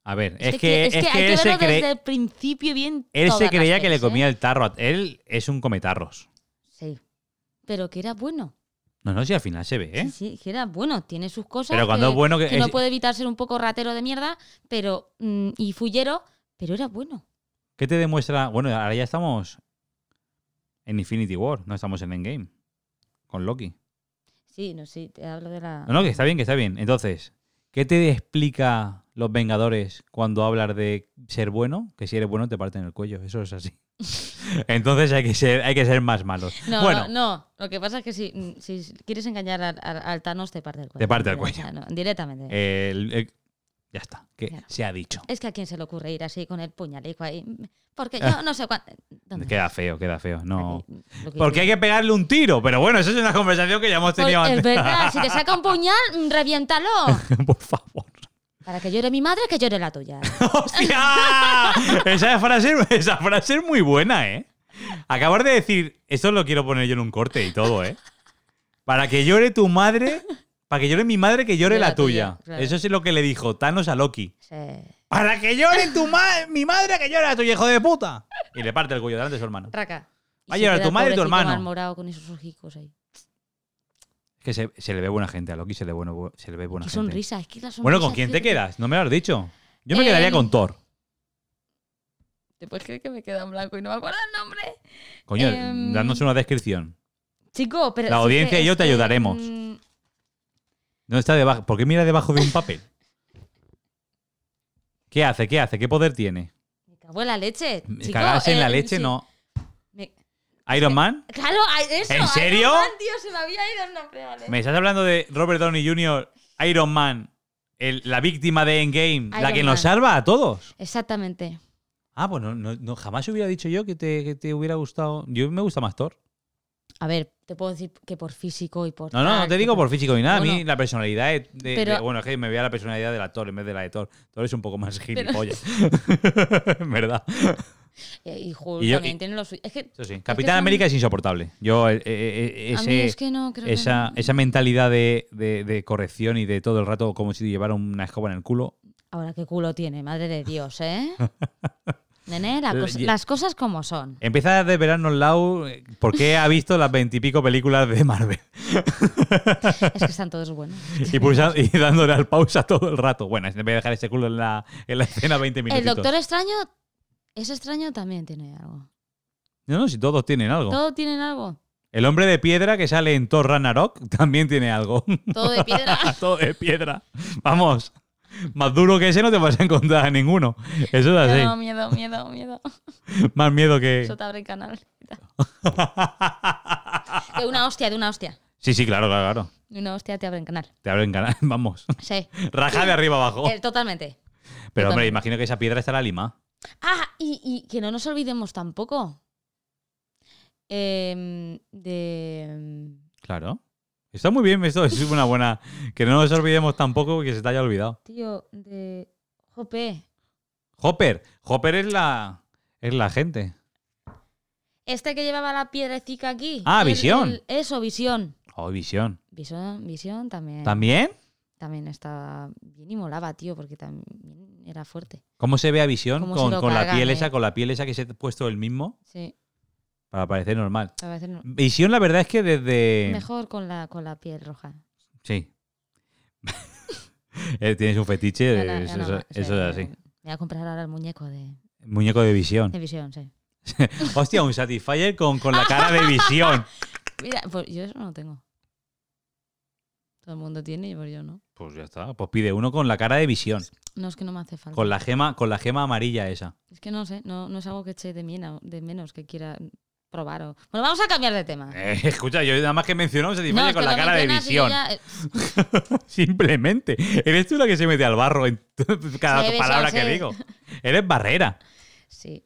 A ver, es, que, es que hay él se verlo cree- desde el principio bien. él se todas las creía que le pelis, ¿eh? comía el tarro. a- Él es un cometarros. Sí. Pero que era bueno. No, no, si al final se ve, ¿eh? Sí, sí, que era bueno. Tiene sus cosas. Pero cuando que, es bueno que- que no es- puede evitar ser un poco ratero de mierda, pero. mm, y fullero, pero era bueno. ¿Qué te demuestra? Bueno, ahora ya estamos en Infinity War, no estamos en Endgame. Con Loki. Sí, no sé, te hablo de la. No, no, que está bien, que está bien. Entonces, ¿qué te explica los Vengadores cuando hablas de ser bueno? Que si eres bueno te parten el cuello, eso es así. Entonces hay que ser, hay que ser más malos. No, bueno, no, no. Lo que pasa es que si, mm, si quieres engañar al, al- al Thanos, te parte el cuello. Te parte el O sea, no, directamente. el- el- ya está, que Claro. se ha dicho. Es que a quién se le ocurre ir así con el puñalico ahí. mm, Porque yo no sé cuánto. ¿Dónde? Queda feo, queda feo. Ah. No. Aquí, lo que Porque hay que pegarle un tiro, pero bueno, eso es una conversación que ya hemos Por- tenido Pues, Es antes. verdad, si te saca un puñal, mm, reviéntalo. Por favor. Para que llore mi madre, que llore la tuya. ¡Hostia! Esa frase, esa frase es muy buena, ¿eh? Acabar de decir, esto lo quiero poner yo en un corte y todo, ¿eh? Para que llore tu madre, para que llore mi madre, que llore Yo la la tuya. tuya, claro. Eso es lo que le dijo Thanos a Loki. Sí. Para que llore tu ma- mi madre, que llore la tuya, hijo de puta. Y le parte el cuello delante de su hermano. Raca. Y Va a se llorar queda Ah, tu madre y tu pobrecito hermano. malmorado con esos ojicos ahí. Es que se, se le ve buena gente a Loki, se le, bueno- se le ve buena Qué gente. sonrisa, es que la sonrisa. Bueno, ¿con quién te fíjate. quedas? No me lo has dicho. Yo me Eh, quedaría con Thor. ¿Te puedes creer que me queda en blanco y no me acuerdo el nombre? Coño, em, dándonos una descripción. Chico, pero. La si es audiencia que- y yo es te que, ayudaremos. mm, No está debajo. ¿Por qué mira debajo de un papel? ¿Qué hace? ¿Qué hace? ¿Qué poder tiene? Me cago en la leche. chico, Cagarse en la eh, leche, sí. no. Me- Iron Man. Claro, ay, eso. ¿En Iron serio? Man, tío, se me había ido el nombre, vale. ¿Me estás hablando de Robert Downey Jr., Iron Man, el- la víctima de Endgame, la Iron que nos Man. salva a todos? Exactamente. Ah, pues no, no- no, jamás hubiera dicho yo que te, que te hubiera gustado. Yo me gusta más Thor. A ver, te puedo decir que por físico y por. No, no, no tal, te Ah, que digo por físico ni nada. A No, mí la personalidad de, de- Pero- de- Bueno, es que me veía la personalidad del actor en vez de la de Thor. Thor es un poco más gilipollas. En verdad. eh, Y, y Hulk Y yo- también y- tiene lo suyo. Es que Eso sí. es Capitán un- América es insoportable. Yo, eh, eh, eh, a ese, mí es que no creo que esa, no. esa mentalidad de, de- de corrección y de todo el rato como si llevara una escoba en el culo. Ahora qué culo tiene, madre de Dios, ¿eh? Nene, la L- cosa- ye- las cosas como son. Empieza a desvelarnos, Lau, eh, por qué ha visto las veintipico películas de Marvel. Es que están todos buenos. Y, pulsa- y dándole al pausa todo el rato. Bueno, voy a dejar ese culo en la, en la escena 20 minutos. El Doctor Extraño, ese extraño también tiene algo. No, no, si todos tienen algo. Todo tienen algo. El hombre de piedra que sale en Thor Ragnarok también tiene algo. Todo de piedra. todo de piedra. Vamos. Más duro que ese no te vas a encontrar a ninguno. Eso es así. miedo, miedo, miedo, miedo. Más miedo que. Eso te abre el canal. De una hostia, de una hostia. Sí, sí, claro, claro, claro. De una hostia te abre el canal. Te abren canal. Vamos. Sí, Raja de arriba abajo. eh, totalmente. Pero, hombre, totalmente. imagino que esa piedra estará lima. Ah, y, y que no nos olvidemos tampoco em, de... em, Claro. Está muy bien, esto es una buena. Que no nos olvidemos tampoco que se te haya olvidado. Tío, de... Jope. Hopper. Hopper es la. Es la gente. Este que llevaba la piedrecica aquí. Ah, Visión. eso, visión. Oh, visión. Visión, visión también. ¿También? También estaba bien y molaba, tío, porque también era fuerte. ¿Cómo se ve a visión? Cómo se Con, lo con la cargan, piel eh. esa, con la piel esa que se ha puesto el mismo. Sí, Para parecer normal. a veces no- Visión, la verdad es que desde. Mejor con la, con la piel roja. Sí. Eh, Tienes un fetiche, Ya no- ya eso, no eso- más, sí, eso es así. Me voy a comprar ahora el muñeco de, Muñeco de visión. de visión, sí. Hostia, un Satisfyer con, con la cara de visión. Mira, pues yo eso no tengo. Todo el mundo tiene y pues yo no. Pues ya está. Pues pide uno con la cara de visión. No es que no me hace falta. Con la gema, con la gema amarilla esa. Es que no sé, no, no es algo que eche de, mina- de menos, que quiera probar o... Bueno, vamos a cambiar de tema. Eh, escucha, yo nada más que menciono un No, Satisfyer es con que la lo cara de mencionas y yo visión. ya- eh, Simplemente. Eres tú la que se mete al barro en cada Sí, palabra visión, que sí. digo. Eres barrera. sí,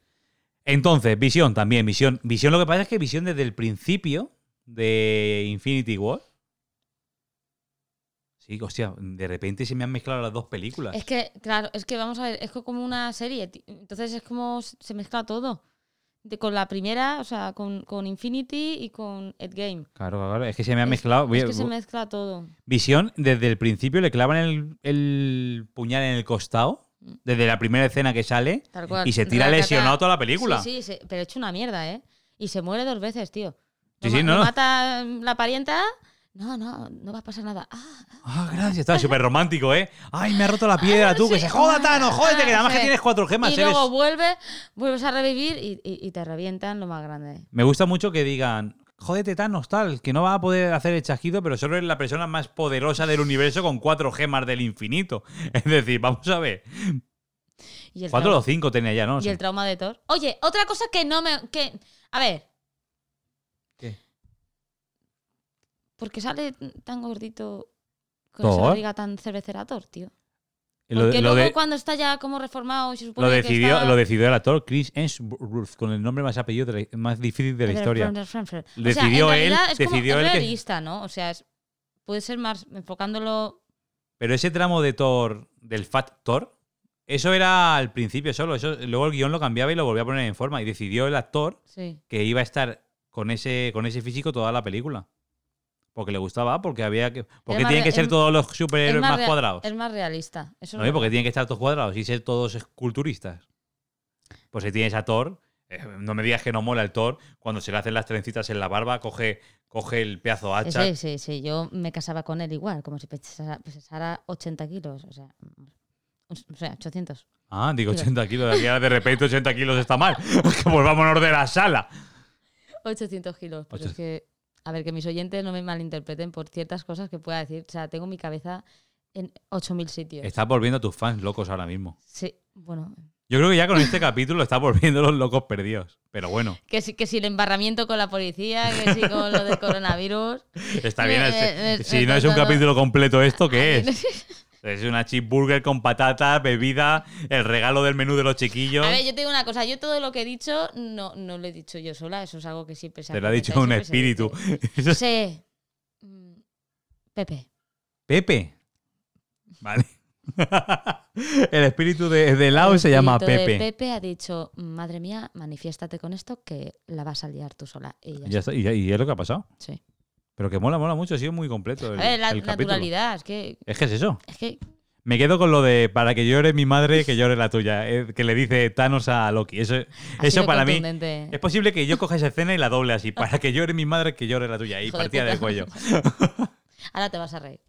Entonces, visión también, visión. Visión lo que pasa es que visión desde el principio de Infinity War. Sí, hostia, de repente se me han mezclado las dos películas. Es que, claro, es que vamos a ver, es que como una serie, ti- entonces es como s- se mezcla todo. De- con la primera, o sea, con, con Infinity y con Endgame. Claro, claro, es que se me han Es- mezclado. Es que se mezcla todo. Visión, desde el principio le clavan el, el puñal en el costado, desde la primera escena que sale, Tal cual. y se tira Ratata. lesionado toda la película. Sí, sí, se- pero hecho una mierda, ¿eh? Y se muere dos veces, tío. Sí, ma- sí, no, no. mata mm, la parienta. No, no, no va a pasar nada. Ah, ah, Ah, gracias, está súper romántico, ¿eh? Ay, me ha roto la piedra, tú, que sí. Ah, se joda, Thanos, jódete, que nada más Sí. que tienes cuatro gemas, y eres- luego vuelve, vuelves a revivir y, y- y te revientan lo más grande. Me gusta mucho que digan, jódete Thanos, tal, que no va a poder hacer el chasquido, pero solo eres la persona más poderosa del universo con cuatro gemas del infinito. Es decir, vamos a ver. Y el Cuatro trauma- o cinco tenía ya, ¿no? y Sí. el trauma de Thor. Oye, otra cosa que no me. Que, a ver. ¿Qué? ¿Por qué sale tan gordito que no se ¿Thor? le diga tan cervecera a Thor, tío? Lo, Porque lo luego de- cuando está ya como reformado y se supone lo decidió, que está... lo decidió el actor Chris Hemsworth, con el nombre más apellido de la- más difícil de la historia. Decidió o sea, en él, realidad es como- decidió es él que- realista, ¿no? O sea, es- puede ser más enfocándolo... Pero ese tramo de Thor, del Fat Thor, eso era al principio solo. Eso, luego el guión lo cambiaba y lo volvía a poner en forma. Y decidió el actor Sí. que iba a estar con ese, con ese físico toda la película. Porque le gustaba, porque había que. Porque más tienen que re- ser es- todos los es superhéroes más más, rea- cuadrados. Es más realista. Eso ¿No? es Y Porque verdad. tienen que estar todos cuadrados y ser todos esculturistas. Pues si tienes a Thor, eh, no me digas que no mola el Thor, cuando se le hacen las trencitas en la barba, coge, coge el pedazo de hacha. Eh, Sí, sí, sí. Yo me casaba con él igual, como si pesara, pesara 80 kilos. O sea, mm, o sea, 800. Ah, digo Mira. 80 kilos, de aquí a de repente 80 kilos está mal. Pues Que volvámonos de la sala. 800 kilos. Pero Ocho- es que, a ver, que mis oyentes no me malinterpreten por ciertas cosas que pueda decir. O sea, tengo mi cabeza en 8.000 sitios. Estás volviendo a tus fans locos ahora mismo. Sí, bueno. Yo creo que ya con este capítulo estás volviendo los locos perdidos. Pero bueno, Que si, que si el embarramiento con la policía, que si con lo del coronavirus. está Me- bien. me- si- me- me si no está es un dando- capítulo completo, ¿esto qué es? Es una cheeseburger con patata, bebida, el regalo del menú de los chiquillos. A ver, yo te digo una cosa. Yo todo lo que he dicho no, no lo he dicho yo sola. Eso es algo que siempre se Te lo ha comenta dicho y un siempre se espíritu. dice. Eso es- Sí. Mm, Pepe. Pepe. Vale. El espíritu de, de Lao se llama espíritu de Pepe. Pepe ha dicho, madre mía, manifiéstate con esto que la vas a liar tú sola. Y ya Ya está, y, ya- y es lo que ha pasado. está. Sí. Pero que mola, mola mucho. Ha sido muy completo el, a ver, la el capítulo. naturalidad, es que, Es que es eso. es que Me quedo con lo de para que llore mi madre, que llore la tuya, eh, que le dice Thanos a Loki. Eso, Ha eso sido para mí. contundente. Es posible que yo coja esa escena y la doble así, para que llore mi madre, que llore la tuya, y Hijo de partida puta. del cuello. Ahora te vas a reír.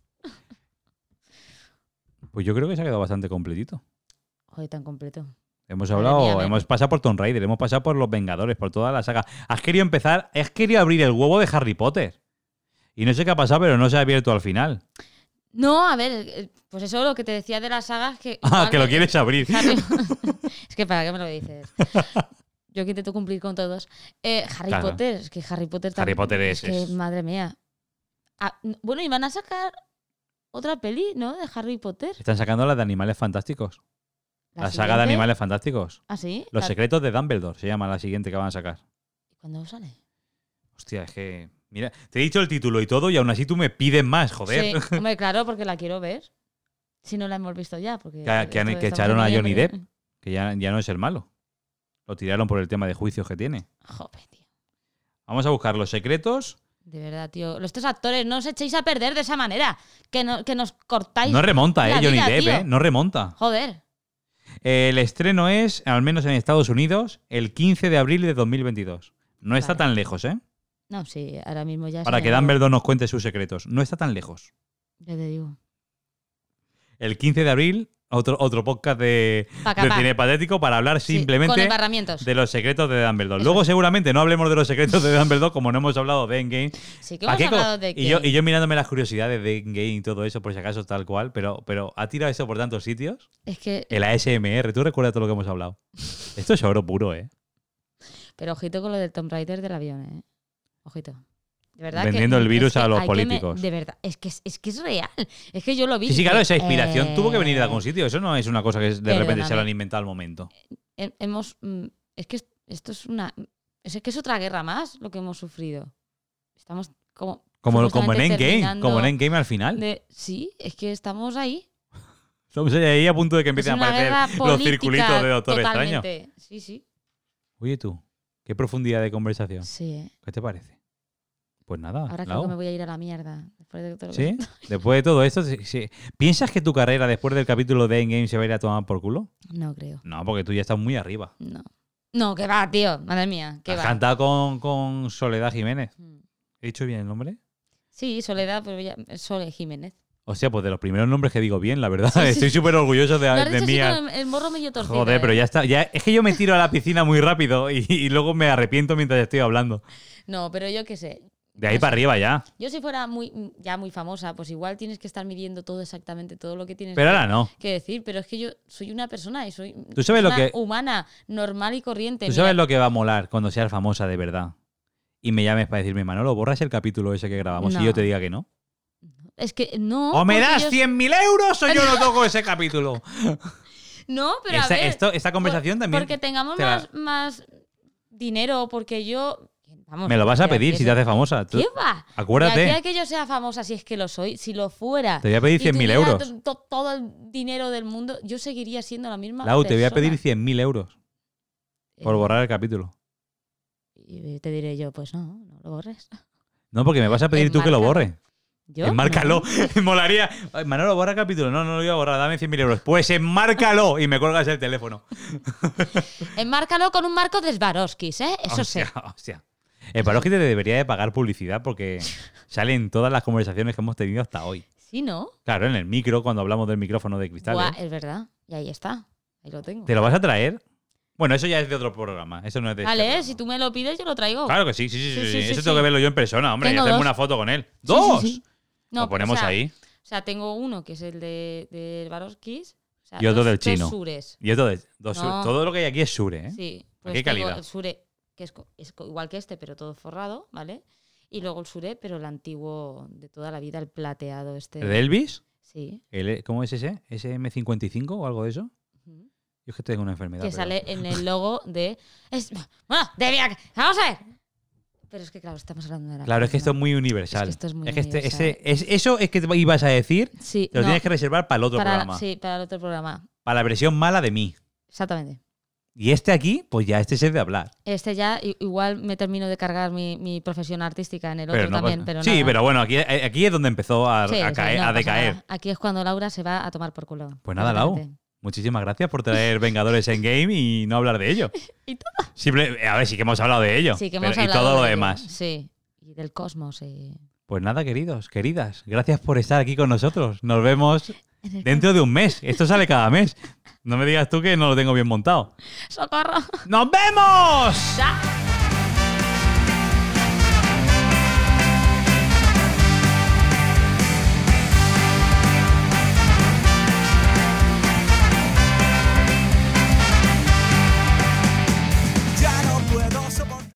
Pues yo creo que se ha quedado bastante completito. Joder, tan completo. Hemos Madre hablado, mía, me- hemos pasado por Tomb Raider, hemos pasado por Los Vengadores, por toda la saga. Has querido empezar, has querido abrir el huevo de Harry Potter. Y no sé qué ha pasado, pero no se ha abierto al final. No, a ver, eh, pues eso lo que te decía de las sagas que. Ah, igual que lo me- quieres abrir. Harry- es que para qué me lo dices. Yo que intento cumplir con todos. Eh, Harry Claro. Potter, es que Harry Potter Harry también- Potter es- que, es- madre mía. Ah, n- bueno, y van a sacar otra peli, ¿no? De Harry Potter. Están sacando la de Animales Fantásticos. La, saga de siguiente. Animales Fantásticos. ¿Ah, sí? Los La- secretos de Dumbledore se llama la siguiente que van a sacar. ¿Cuándo sale? Hostia, es que. Mira, te he dicho el título y todo, y aún así tú me pides más, joder. Sí, hombre, claro, porque la quiero ver. Si no la hemos visto ya. Porque Que- que han- esto que está echaron muy a bien, Johnny porque- Que ya, ya no es el malo. Lo tiraron por el tema de juicios que tiene. Joder, tío. Vamos a buscar los secretos. De verdad, tío. Los tres actores, no os echéis a perder de esa manera. Que, no- que nos cortáis. No remonta, eh, la Johnny vida, Depp, tío. eh. No remonta. Joder. El estreno es, al menos en Estados Unidos, el 15 de abril de 2022. No está Vale. tan lejos, ¿eh? No, sí, ahora mismo ya. Para se que me- Dumbledore nos cuente sus secretos. No está tan lejos. Ya te digo. El 15 de abril, otro, otro podcast de, Pa' de capar. cine patético para hablar Sí, Con simplemente embarramientos. de los secretos de Dumbledore. Eso Luego seguramente no hablemos de los secretos de Dumbledore como no hemos hablado de Endgame. Sí, que ¿Para hemos qué co- hablado de que. y, yo, y yo mirándome las curiosidades de Endgame y todo eso, por si acaso tal cual, pero, pero ha tirado eso por tantos sitios. Es que. El ASMR, tú recuerdas todo lo que hemos hablado. Esto es oro puro, ¿eh? Pero ojito con lo del Tomb Raider del avión, ¿eh? Ojito. De verdad que- Vendiendo el es virus que a los hay que me- políticos. de verdad, es que, es- es que es real. Es que yo lo vi. Sí, sí, claro, dije, esa inspiración eh, tuvo que venir de algún sitio. Eso no es una cosa que de repente se perdóname. lo han inventado al momento. he- hemos mm, es que es- esto es una es que es otra guerra más lo que hemos sufrido estamos como Como, como en supuestamente Endgame, terminando como en Endgame al final. de- sí es que estamos ahí Estamos ahí a punto de que es empiecen una a guerra aparecer los política circulitos de Doctor Extraño. totalmente. sí sí Oye tú, qué profundidad de conversación. sí eh. ¿Qué te parece? Pues nada, ahora creo Lau. que me voy a ir a la mierda después de todo lo que- ¿Sí? Después de todo esto, sí- sí. ¿piensas que tu carrera después del capítulo de Endgame se va a ir a tomar por culo? no creo No, porque tú ya estás muy arriba. no no que va tío madre mía que Has va cantado con, con Soledad Jiménez. Mm. ¿He dicho bien el nombre? sí Soledad pero ya, Sole Jiménez Hostia, pues de los primeros nombres que digo bien, la verdad. Sí, sí. Estoy súper orgulloso de, lo has de dicho así mí. al- con el, el morro medio torcido Joder, pero eh. ya está. Ya, es que yo me tiro a la piscina muy rápido y, y luego me arrepiento mientras estoy hablando. no pero yo qué sé De ahí para arriba ya. Yo si fuera muy mm, ya muy famosa, pues igual tienes que estar midiendo todo exactamente todo lo que tienes Pero que, ahora no. que decir, pero es que yo soy una persona y soy ¿Tú sabes lo una que- humana, normal y corriente. Tú Mira, sabes lo que va a molar cuando seas famosa de verdad. Y me llames para decirme, Manolo, borras el capítulo ese que grabamos No. y yo te diga que no. Es que no. o ¡Oh, me porque das yo- 100.000 euros o yo no toco ese capítulo. No, pero Esa, a ver, esto- esta conversación por- también Porque tengamos te la- más, más dinero, porque yo vamos, me lo vas a quiero pedir si decir, te haces famosa. Tú- ¿Qué va? acuérdate. De aquí a que yo sea famosa, si es que lo soy, si lo fuera. Te voy a pedir y 100.000 tuviera euros. to- to- todo el dinero del mundo, yo seguiría siendo la misma. Lau, te voy a persona. pedir 100.000 euros por Eh, borrar el capítulo. Y te diré yo, pues no, no lo borres. No, porque me vas a pues pedir tú que lo Enmárcalo. borres. Yo. Enmárcalo. Molaría. Ay, Manolo, borra capítulo. No, no lo voy a borrar. Dame 100.000 euros. Pues enmárcalo y me colgas el teléfono. no. Enmárcalo con un marco de Swarovskis, ¿eh? Eso sí. Hostia, hostia. Eh, El Paroski te debería de pagar publicidad porque salen todas las conversaciones que hemos tenido hasta hoy. Sí, ¿no? Claro, en el micro, cuando hablamos del micrófono de cristal. Buah, eh. ¿eh? es verdad. Y ahí está. Ahí lo tengo. ¿Te lo vas a traer? Bueno, eso ya es de otro programa. Eso no es de. este Vale, ¿eh? programa. si tú me lo pides, yo lo traigo. Claro que sí, sí, sí. sí, Sí, sí, sí, sí, eso sí. tengo que verlo yo en persona, hombre. y Tengo hacerme dos. una foto con él. Sí, sí, ¡Dos! sí. No, pues, lo ponemos o sea, ahí. O sea, tengo uno que es el de, de Swarovskis. O sea, Y otro dos- del dos chino. sures. Y esto es- dos- No. todo lo que hay aquí es sure, ¿eh? Sí. pues Aquí hay tengo calidad. El sure, que es, co- es co- igual que este, pero todo forrado, ¿vale? Y luego el sure, pero el antiguo de toda la vida, el plateado este. ¿El de Elvis? Sí. El- ¿Cómo es ese? ¿SM55 o algo de eso? Ujú. Yo es que tengo una enfermedad. que pero- sale en el logo de. Es, bueno, de Viac- Vamos a ver. Pero es que, claro, estamos hablando de la. Claro, es que esto misma. es muy universal. esto es muy este- universal. ese- es- eso es que te ibas a decir, Sí, te lo no, tienes que reservar para el otro para, programa. Sí, para el otro programa. Para la versión mala de mí. Exactamente. Y este aquí, pues ya este es el de hablar. Este ya, i- igual me termino de cargar mi, mi profesión artística en el Pero otro no también. pasa- Pero sí, nada. pero bueno, aquí, eh, aquí es donde empezó a, Sí, a sí, caer- no a pasa decaer. nada. Aquí es cuando Laura se va a tomar por culo. Pues nada, Lau. directamente. Muchísimas gracias por traer Vengadores en Game y no hablar de ello. Y Simple- a ver, sí que hemos hablado de ello. Sí, que pero- hemos y hablado todo lo de- demás. Sí, y del cosmos. y- Pues nada, queridos, queridas, gracias por estar aquí con nosotros. Nos vemos en el dentro de un mes. Esto sale cada mes. No me digas tú que no lo tengo bien montado. cosmos. ¡Socorro! ¡Nos vemos! ¡Chao!